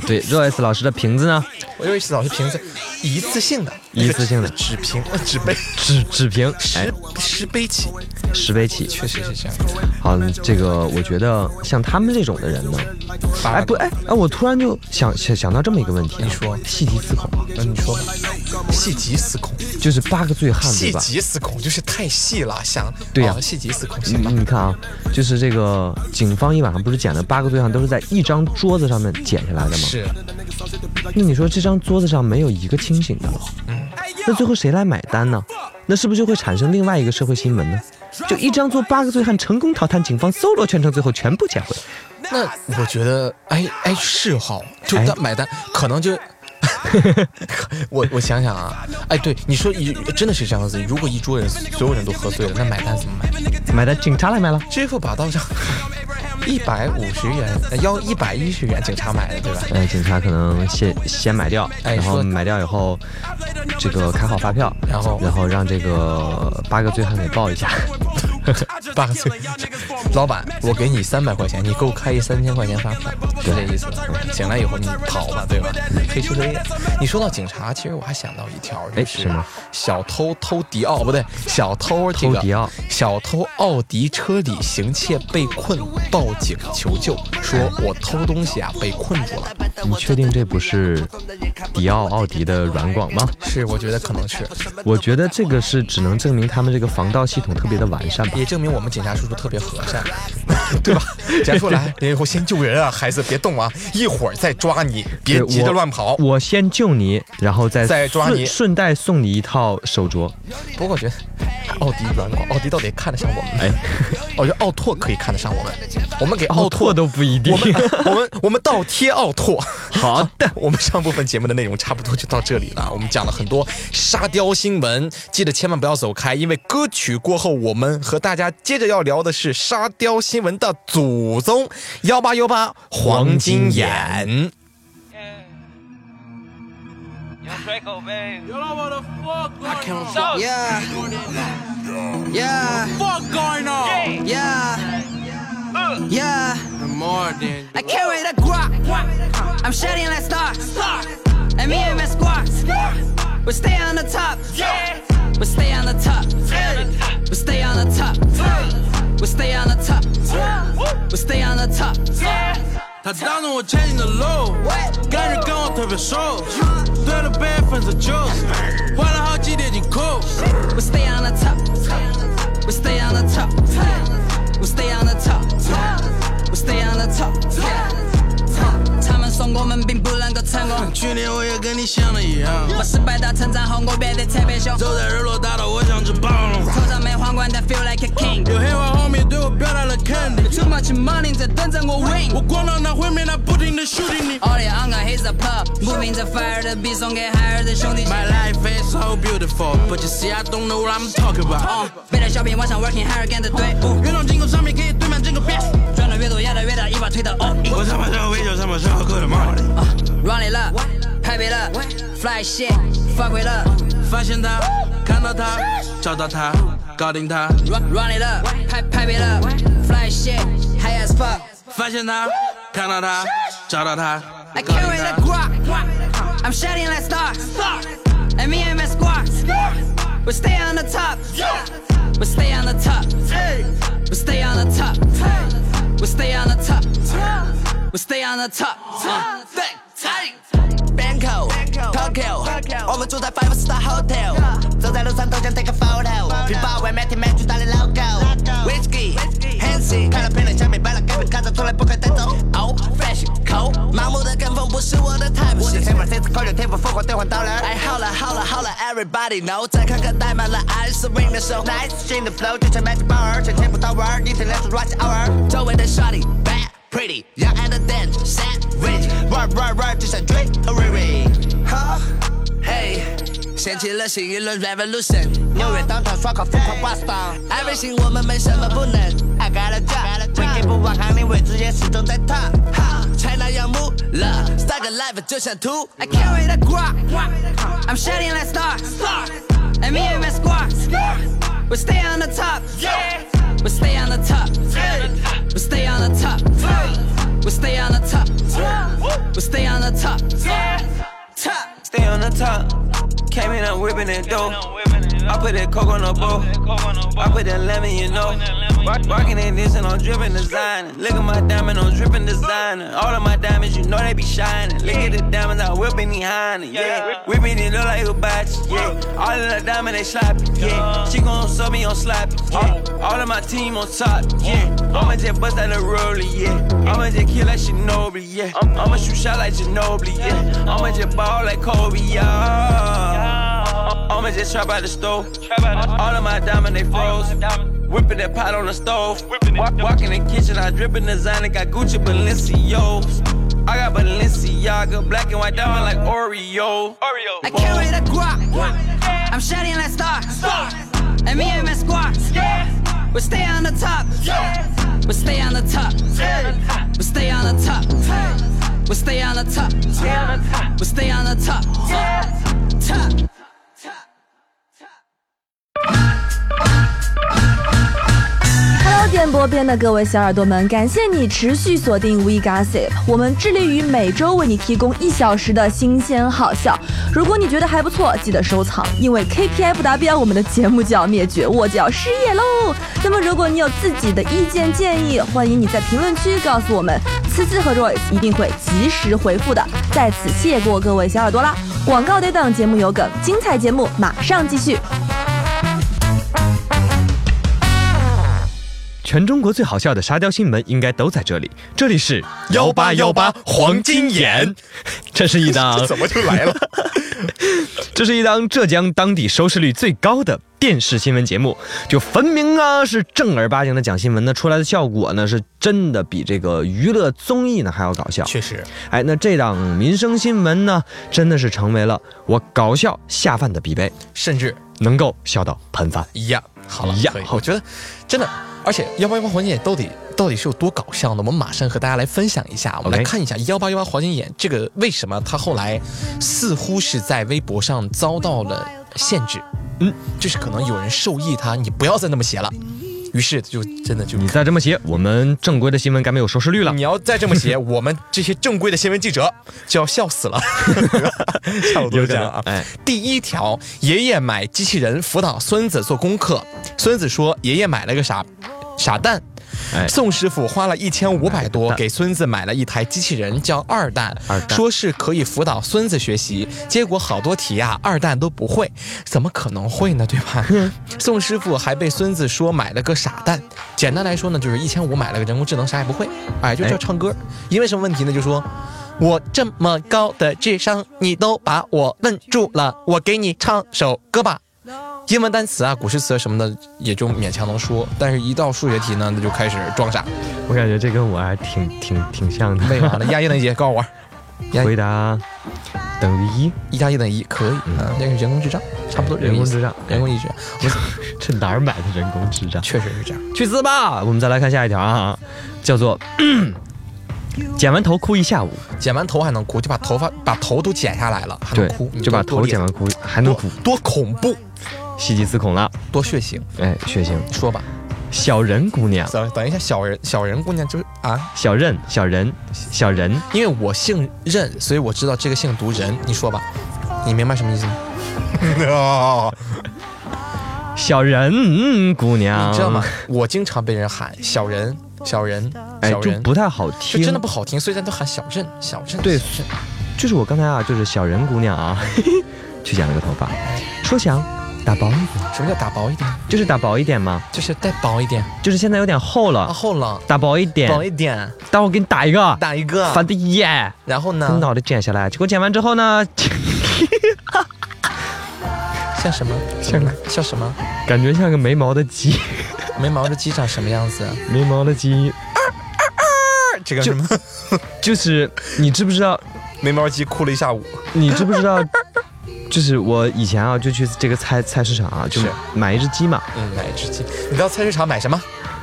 A: 对，Royce 老师的瓶子呢？
B: ？Royce 老师瓶子一次性的，
A: 一次性的
B: 纸瓶、呃纸杯，
A: 纸纸瓶，哎
B: 十，十杯起，
A: 十杯起。
B: 确实是这样。
A: 好，这个我觉得像他们这种的人呢，哎不哎哎，我突然就想想想到这么一个问题、啊，你
B: 说
A: 细极思恐，
B: 那你说吧，细极思恐。
A: 就是八个醉汉啊对
B: 细
A: 吧？
B: 极思恐，就是太细了，想
A: 对呀
B: 啊细极思恐，
A: 你
B: 行吧。
A: 你看啊，就是这个警方一晚上不是捡了八个对象，都是在一张桌子上面捡下来的吗？。
B: 是，
A: 那你说这张桌子上没有一个清醒的，那最后谁来买单呢？那是不是就会产生另外一个社会新闻呢？就一张桌八个醉汉成功逃摊，警方搜罗全程，最后全部捡回。
B: 那我觉得，哎哎是哈，就
A: 哎
B: 他买单可能就。 我我想想啊，哎，对，你说一真的是这样子。如果一桌人所有人都喝醉了，那买单怎么买？
A: 买的警察来买了，
B: 支付宝到账 一百五十元，呃要一百一十元，警察买的对吧？
A: 呃，警察可能先先买掉，
B: 哎
A: 然后
B: 说
A: 买掉以后，这个卡好发票，
B: 然后
A: 然后让这个八个醉汉给报一下。
B: 八个醉， 老板，我给你三百块钱，你给我开一三千块钱发票，是这意思吧？醒来以后你跑吧，嗯对吧？黑车黑夜。你说到警察，其实我还想到一条，
A: 嗯哎
B: 就是
A: 什么
B: 小偷偷迪奥，不对，小偷这个
A: 偷迪奥
B: 小偷奥迪车里行窃被困，报警求救，说
A: 哎
B: 我偷东西啊被困住了。
A: 你确定这不是迪奥奥迪的软广吗？
B: 是，我觉得可能是，
A: 我觉得这个是只能证明他们这个防盗系统特别的完善吧。
B: 也证明我们警察叔叔特别和善， 对吧？警察叔 来，你以后先救人啊，孩子别动啊，一会儿再抓你，别
A: 对
B: 急着
A: 我
B: 乱跑。
A: 我先救你，然后再哦
B: 再抓
A: 顺
B: 你
A: 顺带送你一套手镯。
B: 不过我觉得奥迪软广，奥迪到底看得上我们？哦
A: 哎，
B: 我觉得奥拓可以看得上我们，我们给拓
A: 奥拓哦都不一定
B: 我。 们 我们我们倒贴奥拓。
A: 好的，
B: 我们上部分节目的内容差不多就到这里了，我们讲了很多沙雕新闻，记得千万不要走开，因为歌曲过后，我们和大家接着要聊的是沙雕新闻的祖宗幺八幺八黄金眼。
E: Draco, babe.
F: I came from
E: So,
F: yeah, yeah,
E: fuck going on? Yeah.
F: yeah,
E: Uh,
F: yeah.
B: More than
F: I carry the guac. I'm shedding like stocks. And me and my squads, we stay on the top.
E: yeah.
F: We stay on the top. We stay on the top. We stay on the top. We stay on the top.
G: 他当着我牵你的路，感觉跟我特别熟，对了杯粉色 juice，换了好几点紧裤，
F: We stay on the top. We stay on the top. We stay on the top. We stay on the top. 他们说我们并不能够成功，
G: 去年我也跟你想的一样，
F: 我失败到成长后我变得特别凶，
G: 走在日落大道，我想吃暴龙。
F: 头上没皇冠但 feel like a king。
G: 有黑化后面对我表达了肯定，
F: Too much money 在等着我 win
G: 我。光到那会面，他不停的 shooting 你。
F: All the hunger hits the pub, moving the fire, the beat 送给海尔的兄弟。
G: My life is so beautiful, but you see I don't know what I'm talking about. Uh，
F: 背着 Oh，小品往上 working hard 跟着队伍，
G: 运动进口商品可以堆满整个 b i t
F: 赚的越多压的越大，一把推到 all in。
G: 我他妈上微酒，他妈上喝的 money。
F: Run it up, happy up, fly shit, fuck it up.
G: Uh，发现他，看到他，找到他，搞定他。
F: Run run it up, pipe pipe it up, fly shit, high as fuck.
G: 发现他，看到他，找到他，
F: I
G: 搞定
F: carry the
G: 他。
F: guac, I'm shedding like stocks. And me and my squads, we stay on the top. We stay on the top. We stay on the top. We stay on the top. We stay on the top. Uh, think, tight.
H: Bangkok, Tokyo，我们住在 Five Star Hotel，走在路上都想 take a photo，皮包外面贴满巨大的 logo，Whisky, Hennessy，看了漂亮下面摆了干杯，看着突然不可带走，Old Fashion Cold，盲目的跟风不是我的 type，我的天赋，这次扣留天赋，疯狂兑换刀人。哎，好了好了好了，Everybody know，再看看戴满了 ice ring 的手，Nice in the flow，就像 Magic Power，全天不到玩，一天两次 rush hour，周围的 shawty bad。pretty, young and a dance, sandwich. Run, run, run，就像 Drake or Riri。哈，嘿，掀起了新一轮 revolution。纽约当场刷卡疯狂 bust down。Everything 我们没什么不能。I got a job，会给不往行里尾，直接始终在烫。哈，China 要 move 了，Start a life 就像 two。
F: I carry the guac, I'm shedding like stocks. And me and my squads, we stay on the top. We stay on the top. We stay on the top. We stay on the top. We stay on the top. Top.
I: Stay on the top. Came in, I'm whipping it dough. I put that coke on the bowl. I put that lemon, you know. Rock- Rockin' in this and I'm drippin' designer. Look at my diamond, I'm drippin' designer. All of my diamonds, you know they be shining. Look at the diamonds, I'm whipping behind it. Yeah, whipping it look like a batch. Yeah, all of the diamonds they sloppy. Yeah, she gon' sub me on sloppy. Yeah, all of my team on top. Yeah, I'ma just bust out the roller. Yeah, I'ma just kill like Ginobili. Yeah, I'ma shoot shot like Ginobili. Yeah, I'ma just ball like Kobe. Yeah, I'ma just trap out the stove. All of my diamonds they froze. Whipping that pot on the stove. Walk, walk in the kitchen, I dripping designer. Got Gucci Balenciagas. I got Balenciaga, black and white diamond like Oreo.
F: I carry the guac. I'm shedding like stocks. And me and my squads, we stay on the top. We stay on the top. We stay on the top. We stay on the top. We stay on the top. Top.
J: 电波边的各位小耳朵们，感谢你持续锁定 We Gossip，我们致力于每周为你提供一小时的新鲜好笑。如果你觉得还不错，记得收藏，因为 KPI 不达标，我们的节目就要灭绝，我就要失业喽。那么，如果你有自己的意见建议，欢迎你在评论区告诉我们，思思和 Royce 一定会及时回复的。在此谢过各位小耳朵啦！广告对档节目有梗，精彩节目马上继续。
A: 全中国最好笑的沙雕新闻应该都在这里，这里是幺八幺八黄金眼， 这是一档怎么就来了？这是一档浙江当地收视率最高的电视新闻节目，就分明啊是正儿八经的讲新闻，那出来的效果呢是真的比这个娱乐综艺呢还要搞笑。
B: 确实，
A: 哎，那这档民生新闻呢，真的是成为了我搞笑下饭的必备，
B: 甚至
A: 能够笑到喷饭。
B: 一样。好了，
A: 一样
B: 可以
A: 好
B: 我觉得真的，而且幺八幺八环节都得到底是有多搞笑呢？我们马上和大家来分享一下，我们来看一下幺八幺八黄金眼这个为什么他后来似乎是在微博上遭到了限制。嗯，就是可能有人授意他，你不要再那么写了。于是就真的就
A: 你再这么写，我们正规的新闻该没有收视率了。
B: 你要再这么写， 我们这些正规的新闻记者就要笑死了， 差不多
A: 有
B: 这样啊
A: 可能。哎
B: 第一条，爷爷买机器人辅导孙子做功课，孙子说爷爷买了个傻傻蛋。
A: 哎
B: 宋师傅花了一千五百多
A: 蛋
B: 给孙子买了一台机器人，叫二蛋，
A: 二蛋
B: 说是可以辅导孙子学习，结果好多题啊，二蛋都不会，怎么可能会呢？对吧？
A: 嗯
B: 宋师傅还被孙子说买了个傻蛋，简单来说呢，就是一千五买了个人工智能，啥也不会，哎，就叫
A: 哎
B: 唱歌。因为什么问题呢？就说。我这么高的智商，你都把我问住了，我给你唱首歌吧。英文单词啊、古诗词啊什么的也就勉强能说，但是一到数学题呢，那就开始装傻。
A: 我感觉这跟我还挺挺挺像的。
B: 背完了，压一等于几？告诉我，压
A: 回答等于一，
B: 一加一等于一，可以。嗯，那是人工智障，差不多
A: 人工
B: 这个意思
A: 智障
B: 人工意志，我们
A: 这哪儿买的人工智障？
B: 确实是这样。
A: 去死吧！我们再来看下一条啊，叫做 剪完头哭一下午，
B: 剪完头还能哭，就把头发把头都剪下来了，还能
A: 对
B: 哭，，
A: 就把头剪完哭，还
B: 还
A: 能哭，
B: 多恐怖，
A: 喜极思恐了。
B: 多血腥。
A: 哎，血腥
B: 说吧，
A: 小人姑娘，
B: 等等一下，小人小人姑娘就是啊，
A: 小任，小人，小人，
B: 因为我姓任，所以我知道这个姓读人。你说吧，你明白什么意思吗？哦，
A: 小人嗯姑娘，
B: 你知道吗？？我经常被人喊小人、小人、
A: 哎，
B: 小
A: 就
B: 人，
A: 不太好
B: 就
A: 听，
B: 真的不好听，所以咱都喊小任、小任。
A: 对
B: 小任
A: 就是我刚才啊，就是小人姑娘啊， 去剪了个头发，说想打薄一点，
B: 什么叫打薄一点？
A: 就是打薄一点嘛，
B: 就是再薄一点，
A: 就是现在有点厚了，
B: 啊，后了，
A: 打薄一点，
B: 薄一点，
A: 待会儿给你打一个，
B: 打一个，
A: 烦的耶，
B: 然后
A: 把
B: 呢？
A: 脑袋剪下来，结果剪完之后呢，
B: 像什么？像什么？像什么？
A: 感觉像个没毛的鸡，
B: 眉毛的鸡长什么样子？
A: 没毛的鸡，
B: 这个什 么？
A: 就是你知不知道？
B: 眉毛鸡哭了一下午。
A: 你知不知道？就是我以前啊，就去这个菜菜市场啊，就是买一只鸡嘛，
B: 嗯，买一只鸡。你到菜市场买什么？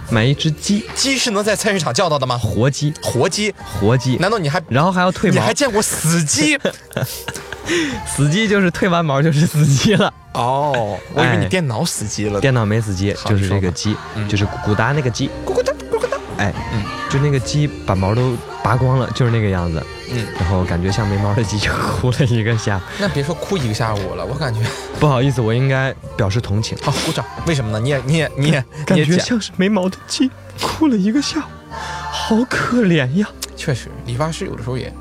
A: 买一只鸡，
B: 鸡是能在菜市场叫到的吗？
A: 活鸡，
B: 活鸡？
A: 活鸡，
B: 难道你还
A: 然后还要退
B: 你
A: 毛
B: 还，见过死 鸡？
A: 死鸡就是退完毛就是死鸡了。
B: 哦，我以为
A: 哎
B: 你电脑死机了。
A: 电脑没死鸡，
B: 好
A: 就是这
B: 你说
A: 个
B: 吧
A: 鸡，
B: 嗯
A: 就是咕咕哒那个鸡，
B: 咕咕哒咕咕哒。
A: 哎，
B: 嗯
A: 就那个鸡把毛都拔光了，就是那个样子，
B: 嗯，
A: 然后感觉像没毛的鸡就哭了一个下午。
B: 那别说哭一个下午了，我感觉
A: 不好意思，我应该表示同情，
B: 好鼓掌。为什么呢？你也你也你也你
A: 感
B: 也
A: 觉
B: 讲，
A: 像是没毛的鸡哭了一个下午，好可怜呀。
B: 确实，理发师有的时候也，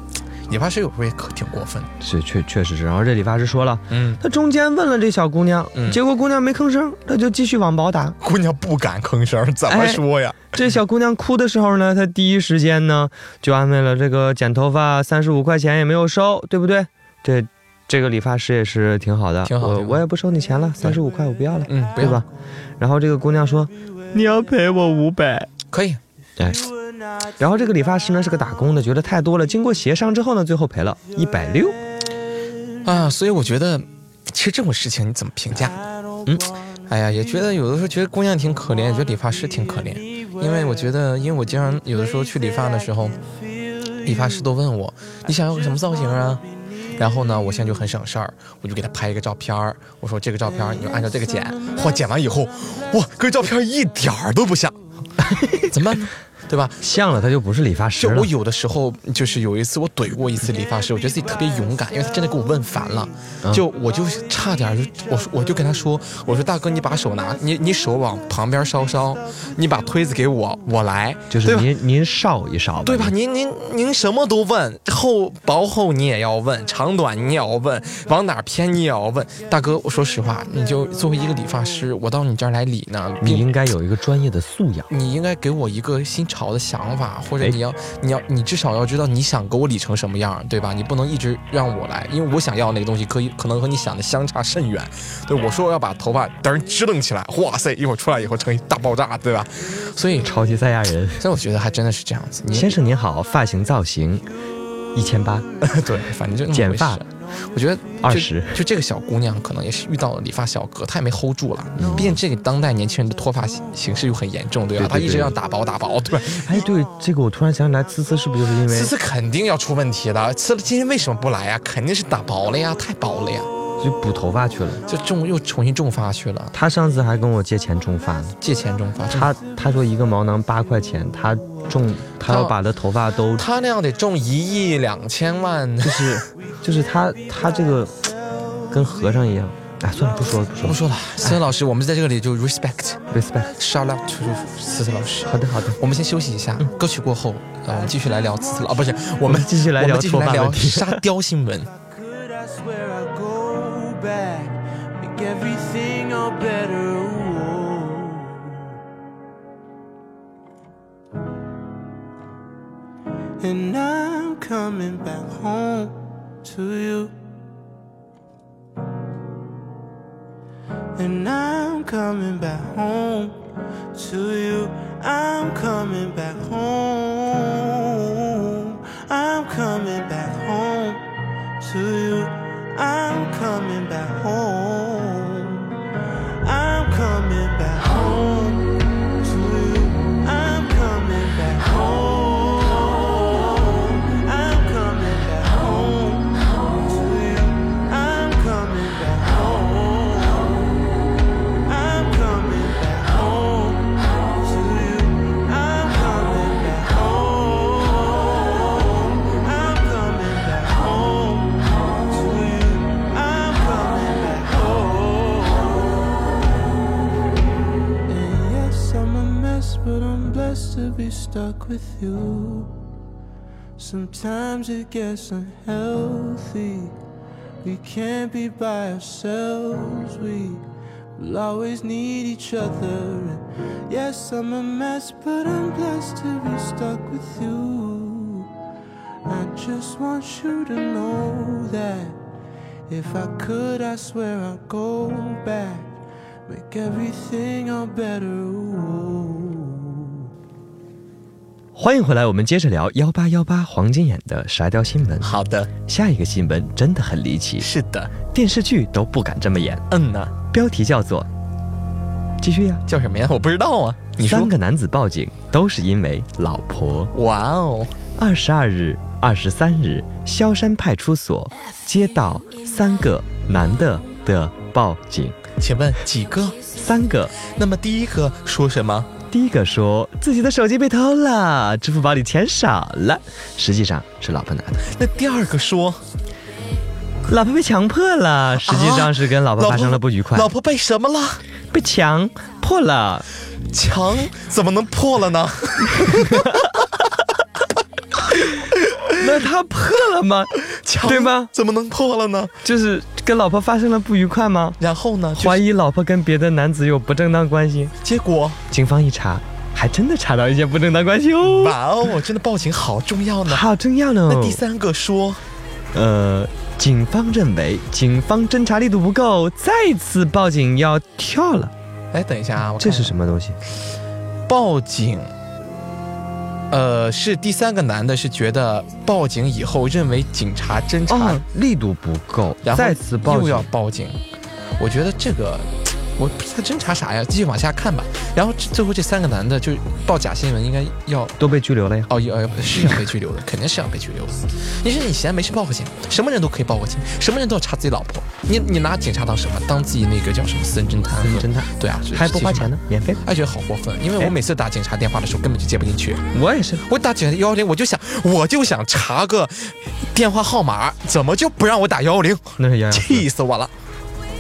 B: 理发师有时候也可挺过分的。
A: 是确确实是，然后这理发师说了，
B: 嗯，
A: 他中间问了这小姑娘，
B: 嗯
A: 结果姑娘没吭声，他就继续往薄打。
B: 姑娘不敢吭声，怎
A: 哎
B: 么说呀？
A: 这小姑娘哭的时候呢，她第一时间呢就安慰了这个剪头发三十五块钱也没有收，对不对？这这个理发师也是挺好的，
B: 挺好
A: 我
B: 挺好
A: 我也不收你钱了，三十五块我不要了，
B: 嗯，不
A: 对
B: 要
A: 吧？然后这个姑娘说你要赔我五百，
B: 可以。
A: 哎，然后这个理发师呢是个打工的，觉得太多了，经过协商之后呢，最后赔了一百六。
B: 啊，所以我觉得，其实这种事情你怎么评价？嗯，哎呀，也觉得有的时候觉得姑娘挺可怜，也觉得理发师挺可怜，因为我觉得，因为我经常有的时候去理发的时候，理发师都问我你想要个什么造型啊？然后呢，我现在就很省事儿，我就给他拍一个照片儿，我说这个照片儿你就按照这个剪，嚯，剪完以后，哇，跟照片儿一点儿都不像， 怎么办呢？对吧？
A: 像了，他就不是理啊发师
B: 就
A: 了
B: 我。有的时候，就是有一次我怼过一次理发师，我觉得自己特别勇敢，因为他真的给我问烦了，
A: 嗯
B: 就我就差点儿就我说我就跟他说，我说大哥你把手拿你你手往旁边稍稍，你把推子给我，我来，
A: 就是
B: 对吧？
A: 您您少一少吧，
B: 对吧？您您您什么都问，厚薄厚你也要问，长短你也要问，往哪儿偏你也要问。大哥，我说实话，你就作为一个理发师，我到你这儿来理呢，
A: 你
B: 并
A: 应该有一个专业的素养。
B: 你应该给我一个新潮的想法，或者
A: 哎
B: 你要，你要，你至少要知道你想给我理成什么样，对吧？你不能一直让我来，因为我想要那个东西，可以可能和你想的相差甚远。对，我说我要把头发噔儿支棱起来，哇塞，一会儿出来以后成一大爆炸，对吧？所以，
A: 超级赛亚人，
B: 所以我觉得还真的是这样子。你
A: 先生您好，发型造型一千八，
B: 对，反正就那么
A: 剪
B: 回
A: 发
B: 事我觉得就
A: 20
B: 就这个小姑娘可能也是遇到了理发小哥，她也没 hold 住了。毕竟这个当代年轻人的脱发形形式又很严重，嗯对吧？
A: 对对
B: 她一直
A: 对
B: 让打薄打薄，对吧？
A: 哎，对这个我突然想起来，思思是不是就是因为
B: 呲呲肯定要出问题的，呲了今天为什么不来呀？肯定是打薄了呀，太薄了呀，
A: 就补头发去了？
B: 就种又重新种发去了，
A: 他上次还跟我借钱种发呢，
B: 借钱种发。
A: 他他说一个毛囊八块钱，他种他要把他头发都
B: 他那样得种一亿两千万，
A: 就是就是他他这个跟和尚一样。哎，算了，不说了，不说了，
B: 不说了。孙老师，我们在这里就 respect。
A: respect。
B: shout out to 思思老师。
A: 好的，好的。
B: 我们先休息一下，歌曲过后，呃，我们继续来聊思思老啊，不是，我
A: 我
B: 们
A: 们继续来
B: 我们
A: 聊
B: 继续来
A: 脱发
B: 聊
A: 问题
B: 沙雕新闻。
G: could, I swear I go back, make everything all better. Ooh. And I'm coming back home to you. And I'm coming back home to you. I'm coming back home. I'm coming back home to you. I'm coming back home. I'm coming back home to you. I'm coming back home. I'm coming back home to you. I'm coming back home. I'm coming back home to you. I'm coming back home. I'm coming back home to you. I'm coming back home. And yes, I'm a mess, but I'm blessed to be stuck with you. Sometimes it gets unhealthy. We can't be by ourselves. We will always need each other. And yes, I'm a mess, but I'm blessed to be stuck with you. I just want you to know that if I could, I swear I'd go back, make everything all better. Ooh.
A: 欢迎回来，我们接着聊幺八幺八黄金眼的沙雕新闻。
B: 好的，
A: 下一个新闻真的很离奇，
B: 是的，
A: 电视剧都不敢这么演。
B: 嗯呐、
A: 标题叫做“继续呀、
B: 叫什么呀？我不知道啊，你说
A: 三。个男子报警都是因为老婆。
B: 哇哦，
A: 二十二日、二十三日，萧山派出所接到三个男的的报警，
B: 请问几个？
A: 三个。
B: 那么第一个说什么？
A: 第一个说自己的手机被偷了，支付宝里钱少了，实际上是老婆拿的。
B: 那第二个说
A: 老婆被强迫了，实际上是跟老婆
B: 老
A: 发
B: 婆
A: 生了不愉
B: 哦
A: 快，
B: 老婆被什么了？
A: 被强迫了。
B: 墙怎么能破了 呢？
A: 那 他破了吗？
B: 墙
A: 对吗
B: 怎么能破了呢？
A: 就是跟老婆发生了不愉快吗？
B: 然后呢？就是
A: 怀疑老婆跟别的男子有不正当关系，
B: 结果，
A: 警方一查，还真的查到一些不正当关系哦，
B: 哇哦，真的报警好重要呢。
A: 好重要呢哦。
B: 那第三个说，
A: 呃，警方认为警方侦查力度不够，再次报警要跳了。
B: 哎，等一下啊，我
A: 这
B: 看一
A: 是
B: 下
A: 什么东西？
B: 报警，呃，是第三个男的是觉得报警以后认为警察侦查，
A: 哦，力度不够
B: 然，后
A: 再次报
B: 又要
A: 警。
B: 报警。我觉得这个，我不知道侦查啥呀，继续往下看吧。然后这最后这三个男的就报假新闻，应该要。
A: 都被拘留了呀！
B: 哦，要要是要被拘留的，肯定是要被拘留的。你说你闲没事报个警，什么人都可以报个警，什么人都要查自己老婆。你你拿警察当什么？当自己那个叫什么私人侦探？
A: 私人侦探
B: 对啊，
A: 还不花钱呢，免费。
B: 哎，觉得好过分，因为我每次打警察电话的时候根本就接不进去。
A: 我也是，
B: 我打警察幺幺零，我就想，我就想查个电话号码，怎么就不让我打幺幺零？
A: 那是幺幺，
B: 气死我了！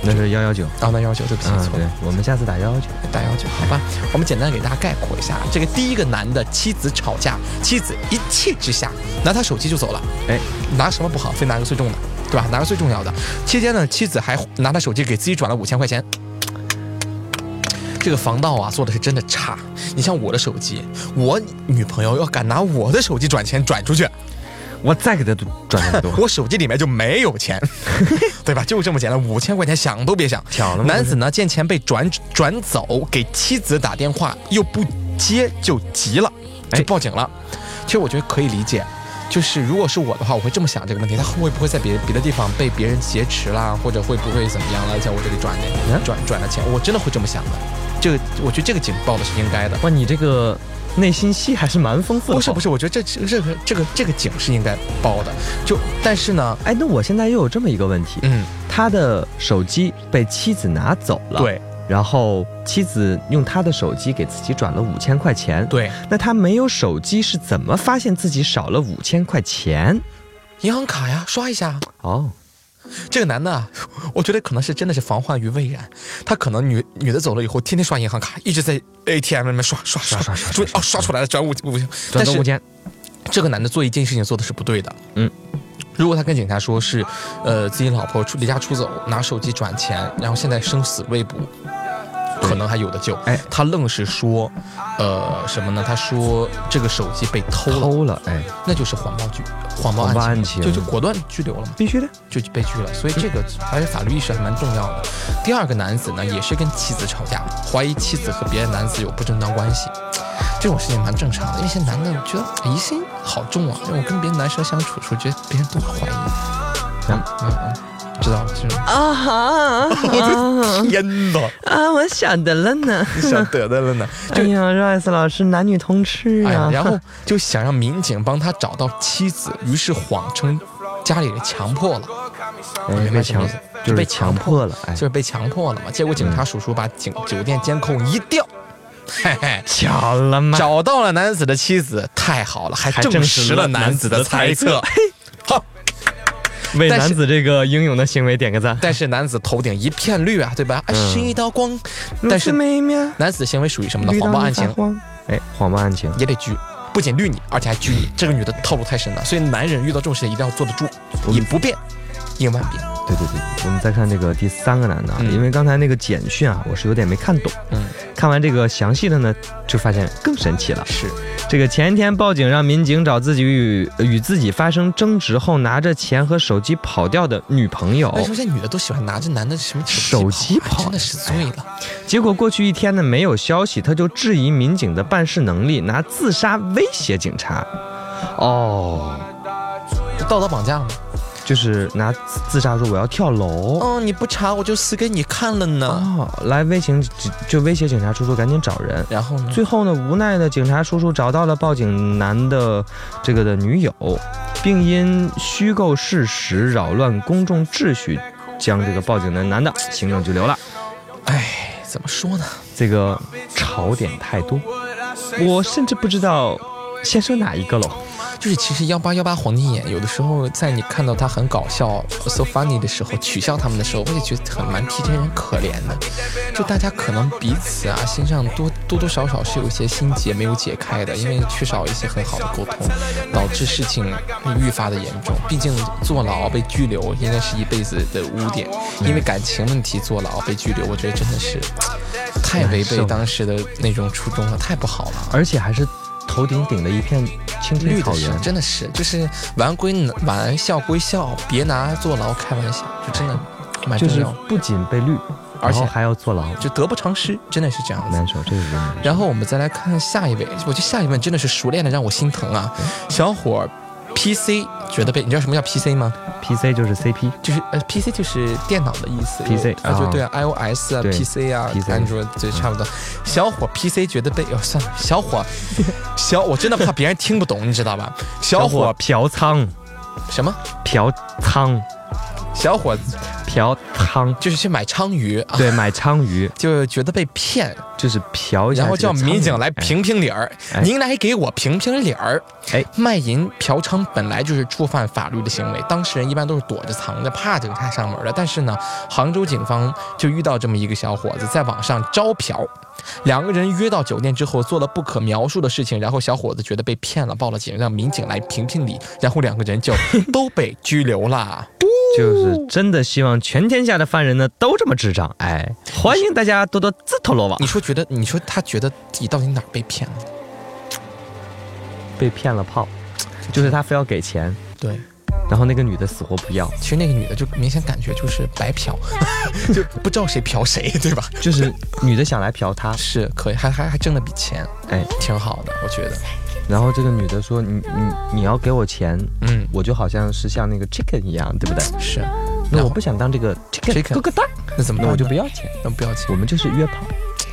A: 那是幺幺九
B: 啊，那幺幺九，对不起，
A: 啊！
B: 错
A: 对
B: 了，，
A: 我们下次打幺幺九。
B: 打幺幺九，好吧。我们简单给大家概括一下，啊这个第一个男的妻子吵架，妻子一气之下拿他手机就走了，
A: 哎，
B: 拿什么不好，非拿个最重的，对吧？拿个最重要的。期间呢，妻子还拿他手机给自己转了五千块钱。这个防盗啊，做的是真的差。你像我的手机，我女朋友要敢拿我的手机转钱转出去，
A: 我再给他转更多。
B: 我手机里面就没有 钱，对吧？就这么简单，五千块钱想都别想。
A: 巧了吗
B: 男子呢见钱被转转走，给妻子打电话又不接，就急了，就
A: 哎
B: 报警了。其实我觉得可以理解，就是如果是我的话，我会这么想这个问题：他会不会在别别的地方被别人劫持啦，或者会不会怎么样了，在我这里转
A: 嗯
B: 点转转了钱？我真的会这么想的。这个，我觉得这个警报的是应该的。
A: 哇，你这个内心戏还是蛮丰富的。
B: 不是不是，我觉得这这这个这个这个警是应该报的。就但是呢，
A: 哎，那我现在又有这么一个问题，
B: 嗯，
A: 他的手机被妻子拿走了，
B: 对，
A: 然后妻子用他的手机给自己转了五千块钱，
B: 对，
A: 那他没有手机是怎么发现自己少了五千块钱？
B: 银行卡呀，刷一下。
A: 哦，
B: 这个男的啊，我觉得可能是真的是防患于未然，他可能女女的走了以后，天天刷银行卡，一直在 ATM 里面刷刷刷
A: 刷刷
B: 终于哦刷出来了，转五五千，但
A: 转到
B: 是
A: 五千，
B: 这个男的做一件事情做的是不对的，
A: 嗯。
B: 如果他跟警察说是，呃，自己老婆出离家出走，拿手机转钱，然后现在生死未卜，可能还有的救。
A: 哎，
B: 他愣是说，呃，什么呢？他说这个手机被偷了，
A: 偷了，哎，
B: 那就是谎报拘，谎报
A: 谎报
B: 案
A: 案
B: 情，
A: 情
B: 就就果断拘留了嘛。
A: 必须的，
B: 就被拒了，所以这个而且法律意识还蛮重要的。第二个男子呢，也是跟妻子吵架，怀疑妻子和别的男子有不正当关系，这种事情蛮正常的。因为现在男的我觉得哎疑心好重啊，因为我跟别的男生相处的时候，觉得别人都怀疑。嗯嗯嗯，知道了，知道了。
A: 啊哈，
B: 天哪，
A: 啊，我晓得了呢。
B: 想得的 了呢。
A: 哎呀，Rice 老师男女通吃
B: 哎呀
A: 啊，，
B: 然 后就想让民警帮他找到妻子，于是谎称家里人强迫了。
A: 哎被强
B: 就
A: 就是
B: 被
A: 被
B: 强
A: 强
B: 迫
A: 迫了，哎
B: 就，是被强迫了嘛。结果警察叔叔把警酒店监控一调，嘿嘿，
A: 巧了吗？
B: 找到了男子的妻子，太好了，还
A: 还
B: 证
A: 证实
B: 实了
A: 了
B: 男子的猜测
A: 男。
B: 好，
A: 为
B: 但是
A: 男子这个英勇的行为点个赞。
B: 但是男子头顶一片绿啊，对吧？哎，
A: 嗯
B: 是一道光。但是
A: 妹妹，
B: 男子的行为属于什么呢？谎报案情，
A: 哎，谎报案情，
B: 也得拘。不仅绿你，而且还拘你。这个女的套路太深了，所以男人遇到这种事情一定要坐得住，以不变应万变。
A: 对对对，我们再看这个第三个男的啊，
B: 嗯
A: 因为刚才那个简讯啊，我是有点没看懂。
B: 嗯，
A: 看完这个详细的呢，就发现更神奇了。
B: 是，
A: 这个前一天报警让民警找自己与与自己发生争执后，拿着钱和手机跑掉的女朋友。
B: 为什么现在女的都喜欢拿着男的什么
A: 手机
B: 跑啊？
A: 跑
B: 真的是醉了。
A: 结果过去一天呢没有消息，他就质疑民警的办事能力，拿自杀威胁警察。哦，
B: 就道德绑架吗？
A: 就是拿自自杀说我要跳楼。
B: 嗯，你不查我就死给你看了呢。
A: 哦，来威胁就威胁警察叔叔赶紧找人。
B: 然后呢？
A: 最后呢，无奈的警察叔叔找到了报警男的这个的女友，并因虚构事实扰乱公众秩序，将这个报警的男的行政拘留了。
B: 哎，怎么说呢？
A: 这个槽点太多，我甚至不知道先说哪一个喽。
B: 就是其实幺八幺八黄金眼，有的时候在你看到他很搞笑、so funny 的时候，取笑他们的时候，我也觉得很蛮替这些人可怜的。就大家可能彼此啊，心上多多多少少是有一些心结没有解开的，因为缺少一些很好的沟通，导致事情愈发的严重。毕竟坐牢被拘留应该是一辈子的污点，因为感情问题坐牢被拘留，我觉得真的是太违背当时的那种初衷了，太不好了。
A: 而且还是头顶顶了一片青
B: 绿
A: 青
B: 的
A: 草
B: 是
A: 原。
B: 真的是，就是玩归玩，笑归笑，别拿坐牢开玩笑，就真的蛮
A: 就
B: 重
A: 是
B: 要，
A: 不仅被绿，
B: 而且
A: 然后还要坐牢，
B: 就得不偿失，真的是这样子
A: 难。受，这个真难受。
B: 然后我们再来看下一位，我觉得下一位真的是熟练的让我心疼啊，小伙儿 PC 觉得被你知道什么叫 PC 吗？
A: PC 就是 CP，
B: 就是呃 PC 就是电脑的意思
A: PC
B: 啊就
A: 啊
B: 对啊 iOS 啊
A: 对
B: PC 啊
A: PC
B: Android 就差不多。小伙 PC 觉得被哦算了，小伙小我真的怕别人听不懂，你知道吧？小伙
A: 嫖娼，
B: 什么？
A: 嫖娼，
B: 小伙
A: 嫖娼，
B: 就是去买鲳鱼啊，
A: 对，买鲳鱼
B: 就觉得被骗，
A: 就是嫖一下
B: 然后
A: 这
B: 叫
A: 个苍蝇，
B: 民警来评评理儿，
A: 哎
B: 您来给我评评理儿。
A: 哎，
B: 卖淫嫖娼本来就是触犯法律的行为，当事人一般都是躲着藏着，怕警察上门的。但是呢，杭州警方就遇到这么一个小伙子在网上招嫖。两个人约到酒店之后，做了不可描述的事情，然后小伙子觉得被骗了，报了警，让民警来评评理，然后两个人就都被拘留了。
A: 哎就是真的希望全天下的犯人呢都这么智障， 哎，欢迎大家多多自投罗网
B: 你。说觉得？你说他觉得自己到底哪儿被骗了？
A: 被骗了炮，就是他非要给钱，
B: 对，
A: 然后那个女的死活不要，
B: 其实那个女的就明显感觉就是白嫖，就不知道谁嫖谁，对吧？
A: 就是女的想来嫖他，
B: 是可以，还还还挣了笔钱，
A: 哎，
B: 挺好的，我觉得。
A: 然后这个女的说：“你你你要给我钱，
B: 嗯，
A: 我就好像是像那个 chicken 一样，对不对？
B: 是。
A: 那我不想当这个 chicken，
B: Chicken
A: 咯咯哒，
B: 那怎么
A: 那
B: 办？
A: 我就不要钱，
B: 那不要钱。
A: 我们就是约炮。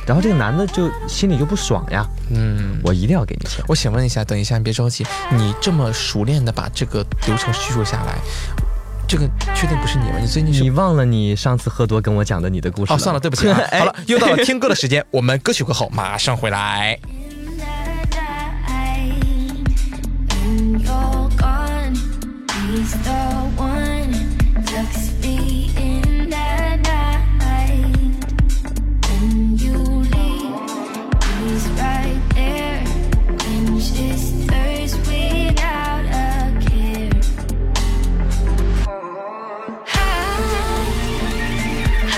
A: 然后这个男的就心里就不爽呀，
B: 嗯，
A: 我一定要给你钱。
B: 我想问一下，等一下，你别着急，你这么熟练的把这个流程叙述下来，这个确定不是你吗？你最近是
A: 你忘了你上次喝多跟我讲的你的故事
B: 哦，算了，对不起、啊
A: 。哎
B: 好了，又到了听歌的时间，我们歌曲过后马上回来。
C: When you're gone, he's the one tucks me in the night. When you leave, he's right there. Quench his thirst without a care. High,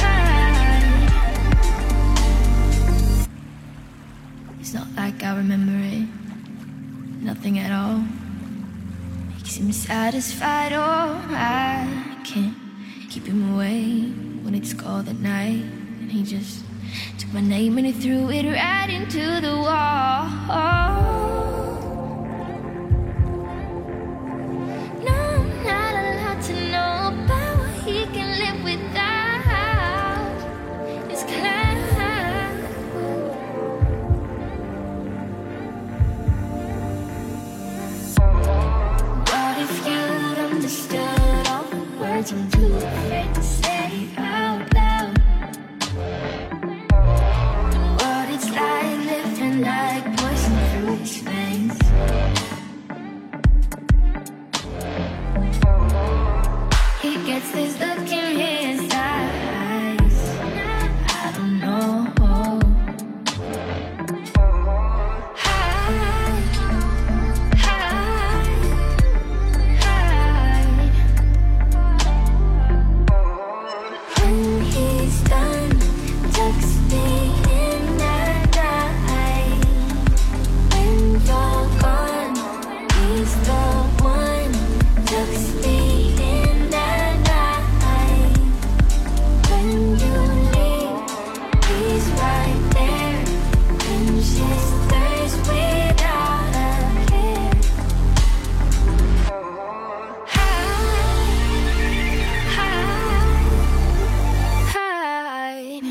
C: high, high. It's not like I remember it. Nothing at all. Makes him satisfied, oh, I can't keep him away when it's cold at night. And he just took my name and he threw it right into the wall. No, I'm not allowed to know about what he can live without. It's cloud. What if you'd understood all the words I'm too afraid to say out loud? What it's like living like poison through his veins. He gets this look in his eyes. I don't know. Hide, hide. When he's done, tucks me in at night. When you're gone, he's the one tucks me in at night. When you leave, he's right there. Quenches thirst without a care. Hide.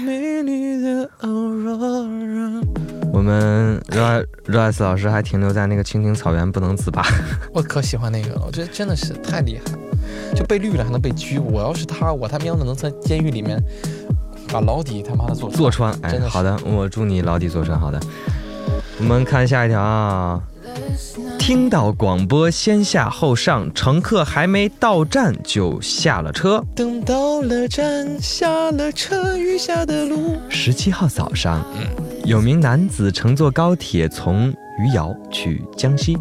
A: 我们热爱热爱斯老师还停留在那个青青草原不能自拔。
B: 我可喜欢那个了，我觉得真的是太厉害，就被绿了还能被拘。我要是他，我他喵的能在监狱里面把牢底他妈的做
A: 坐穿，哎
B: 真，的是
A: 好的，我祝你牢底坐穿。好的，我们看下一条啊。听到广播先下后上，乘客还没到站就下了车。
B: 等到了站，下了车，余下的路。
A: 十七号早上，
B: 嗯
A: 有名男子乘坐高铁从余姚去江西，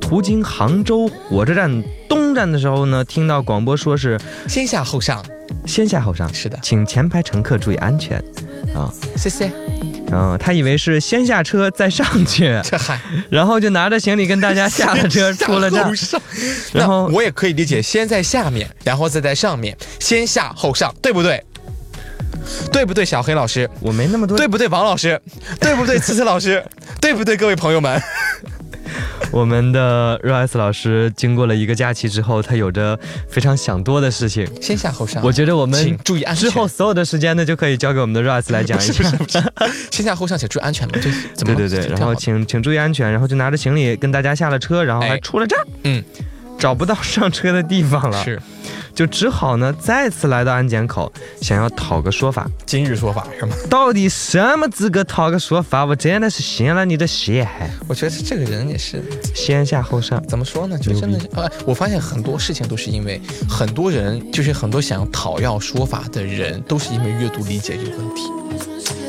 A: 途经杭州火车站东站的时候呢，听到广播说是
B: 先下后上，
A: 先下后上，
B: 是的
A: 请前排乘客注意安全。啊，
B: 谢谢。
A: 然后啊他以为是先下车再上去，
B: 这嗨，
A: 然后就拿着行李跟大家下 了车，出了站
B: 后。上，
A: 然
B: 那
A: 后
B: 我也可以理解，先在下面，然后再在上面，先下后上，对不对？对不对，小黑老师？
A: 我没那么多，
B: 对不对，王老师？对不对，慈慈老 师？对不对，各位朋友们？
A: 我们的 Rice 老师经过了一个假期之后，他有着非常想多的事情。
B: 先下后上，
A: 我觉得我们
B: 请注意安全
A: 之后所有的时间呢，就可以交给我们的 Rice 来 讲一下。
B: 先下后上，请注意安全嘛。这怎么
A: 对
B: 了
A: 对对，
B: 挺
A: 然
B: 好
A: 后
B: 的
A: 请请注意安全，然后就拿着行李跟大家下了车，然后还
B: 哎
A: 出了站，
B: 嗯，
A: 找不到上车的地方了，
B: 是
A: 就只好呢再次来到安检口，想要讨个说法。
B: 今日说法是吗？
A: 到底什么资格讨个说法？我真的是信了你的邪，
B: 我觉得这个人也是
A: 先下后上。
B: 怎么说呢？就真的是，呃，我发现很多事情都是因为很多人，就是很多想要讨要说法的人，都是因为阅读理解有问题。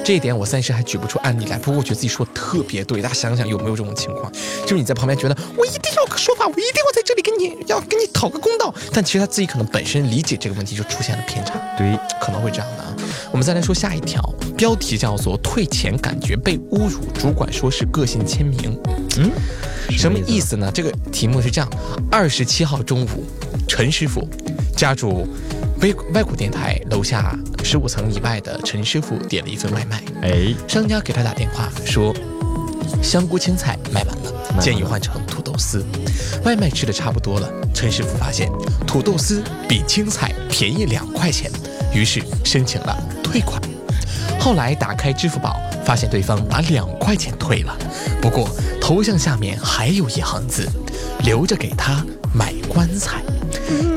B: 这一点我暂时还举不出案例来，不过我觉得自己说的特别对。大家想想有没有这种情况？就是你在旁边觉得我一定要个说法，我一定要在这里跟你要跟你讨个公道，但其实他自己可能本身理解这个问题就出现了偏差。
A: 对，
B: 可能会这样的啊。我们再来说下一条，标题叫做“退钱感觉被侮辱”，主管说是个性签名。嗯，什么意思呢？这个题目是这样：二十七号中午，陈师傅家住外外国电台楼下十五层以外的陈师傅点了一份外卖，
A: 哎，
B: 商家给他打电话说。香菇青菜卖完了，
A: 了
B: 建议换成土豆丝。外卖吃的差不多了，陈师傅发现土豆丝比青菜便宜两块钱，于是申请了退款。后来打开支付宝，发现对方把两块钱退了，不过头像下面还有一行字：“留着给他买棺材。”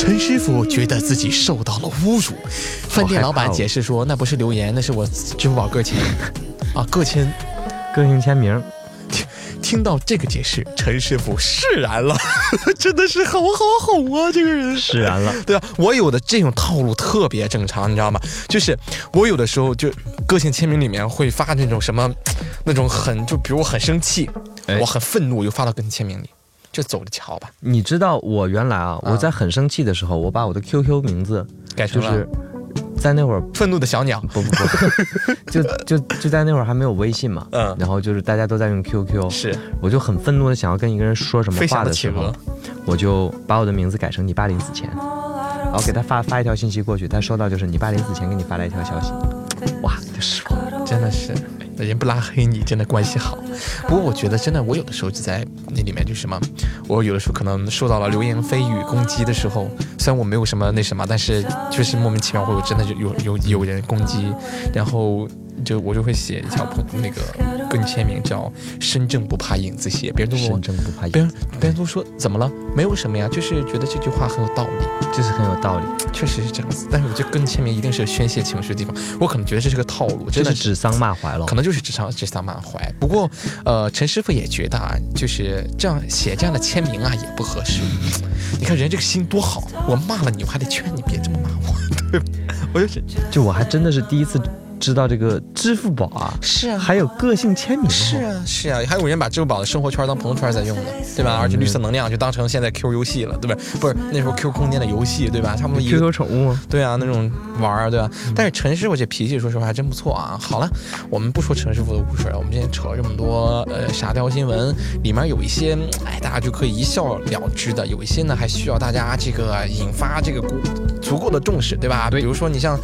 B: 陈师傅觉得自己受到了侮辱，饭店老板解释说：“那不是留言，那是我支付宝个签，啊个签。”
A: 个性签名，
B: 听到这个解释，陈师傅释然了， 真的是好好哄啊，这个人
A: 释然了。
B: 对啊，我有的这种套路特别正常，你知道吗？就是我有的时候就个性签名里面会发那种什么，那种很就比如我很生气，
A: 哎
B: 我很愤怒，我就发到个性签名里，就走着瞧吧。
A: 你知道我原来啊，哎我在很生气的时候，我把我的 QQ 名字
B: 改
A: 就
B: 成了
A: 是在那会儿
B: 愤怒的小鸟，
A: 不不 不，就就就在那会儿还没有微信嘛，
B: 嗯
A: 然后就是大家都在用 QQ，
B: 是
A: 我就很愤怒的想要跟一个人说什么
B: 飞
A: 话
B: 翔的
A: 的时
B: 企鹅
A: 候，我就把我的名字改成你爸临死前，然后给他发发一条信息过去，他收到就是你爸临死前给你发了一条消息，哇，就失望了。
B: 真的是人不拉黑你，真的关系好。不过我觉得真的，我有的时候就在那里面就是什么，我有的时候可能受到了流言蜚语攻击的时候，虽然我没有什么那什么，但是就是莫名其妙会有真的就有有有人攻击，然后就我就会写一条朋那个跟签名叫“身正不怕影子斜”，别人都问
A: 身
B: 我。
A: 正不怕
B: 别人，
A: 影
B: 别人都说怎么了？没有什么呀，就是觉得这句话很有道理。
A: 这是很有道理，
B: 确实是这样子，但是我觉得跟签名一定是宣泄情绪的地方。我可能觉得这是个套路，真
A: 这
B: 的
A: 是
B: 是
A: 指桑骂槐了
B: 可。能就是指桑指桑骂槐。不过，呃，陈师傅也觉得啊，就是这样写这样的签名啊也不合适。你看人这个心多好，我骂了你，我还得劝你别这么骂我，对吧？我就是
A: 就我还真的是第一次知道这个支付宝啊，
B: 是啊
A: 还有个性签名哦
B: 是啊是啊，还有人把支付宝的生活圈当朋友圈在用呢，对吧？而且绿色能量就当成现在 Q 游戏了，对吧？不是那时候 Q 空间的游戏，对吧？他们一个
A: ，QQ 宠物吗？
B: 对啊，那种
A: 嗯
B: 玩儿啊，对啊。但是陈师傅这脾气，说实话还真不错啊。好了，我们不说陈师傅的故事了，我们今天扯了这么多，呃，沙雕新闻里面有一些，嗯哎，大家就可以一笑了之的；有一些呢，还需要大家这个引发这个鼓足够的重视，对吧？比如说你像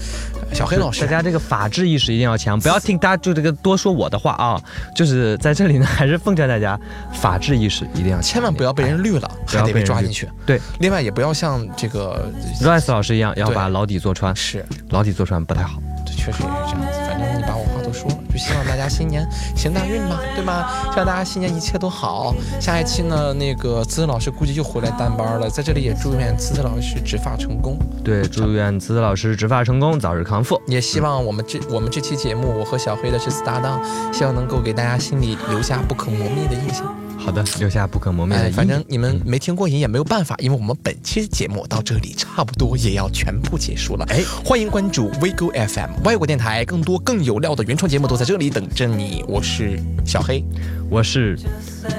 B: 呃小黑老师
A: 大，家这个法治意识一定要强，不要听大家就这个多说我的话啊。就是在这里呢，还是奉劝大家，法治意识一定要强，
B: 千万不要被人绿了，
A: 不
B: 还
A: 要
B: 得
A: 被
B: 被
A: 人
B: 抓
A: 绿
B: 进去。
A: 对
B: 另外，也不要像这个
A: Rice 老师一样，要
B: 对
A: 把牢底坐穿，
B: 是
A: 牢底坐穿不太好。
B: 这确实也是这样子。反正你把我话都说了，就希望大家新年行大运嘛，对吗？希望大家新年一切都好。下一期呢，那个滋滋老师估计又回来单班了，在这里也祝愿滋滋老师植发成功，
A: 对，祝愿子子老师植发成功，早日康复。
B: 也希望我们这我们这期节目，我和小黑的这次搭档，希望能够给大家心里留下不可磨灭的印象。
A: 好的，留下不可磨灭的
B: 哎，
A: 阴影。
B: 反正你们没听过瘾也没有办法，因为我们本期节目到这里差不多也要全部结束了。哎，欢迎关注 WeGo FM 外国电台，更多更有料的原创节目都在这里等着你。我是小黑，
A: 我是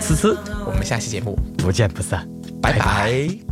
A: 呲呲，
B: 我们下期节目
A: 不见不散。
B: 拜拜
C: Mm-hmm. Mm-hmm.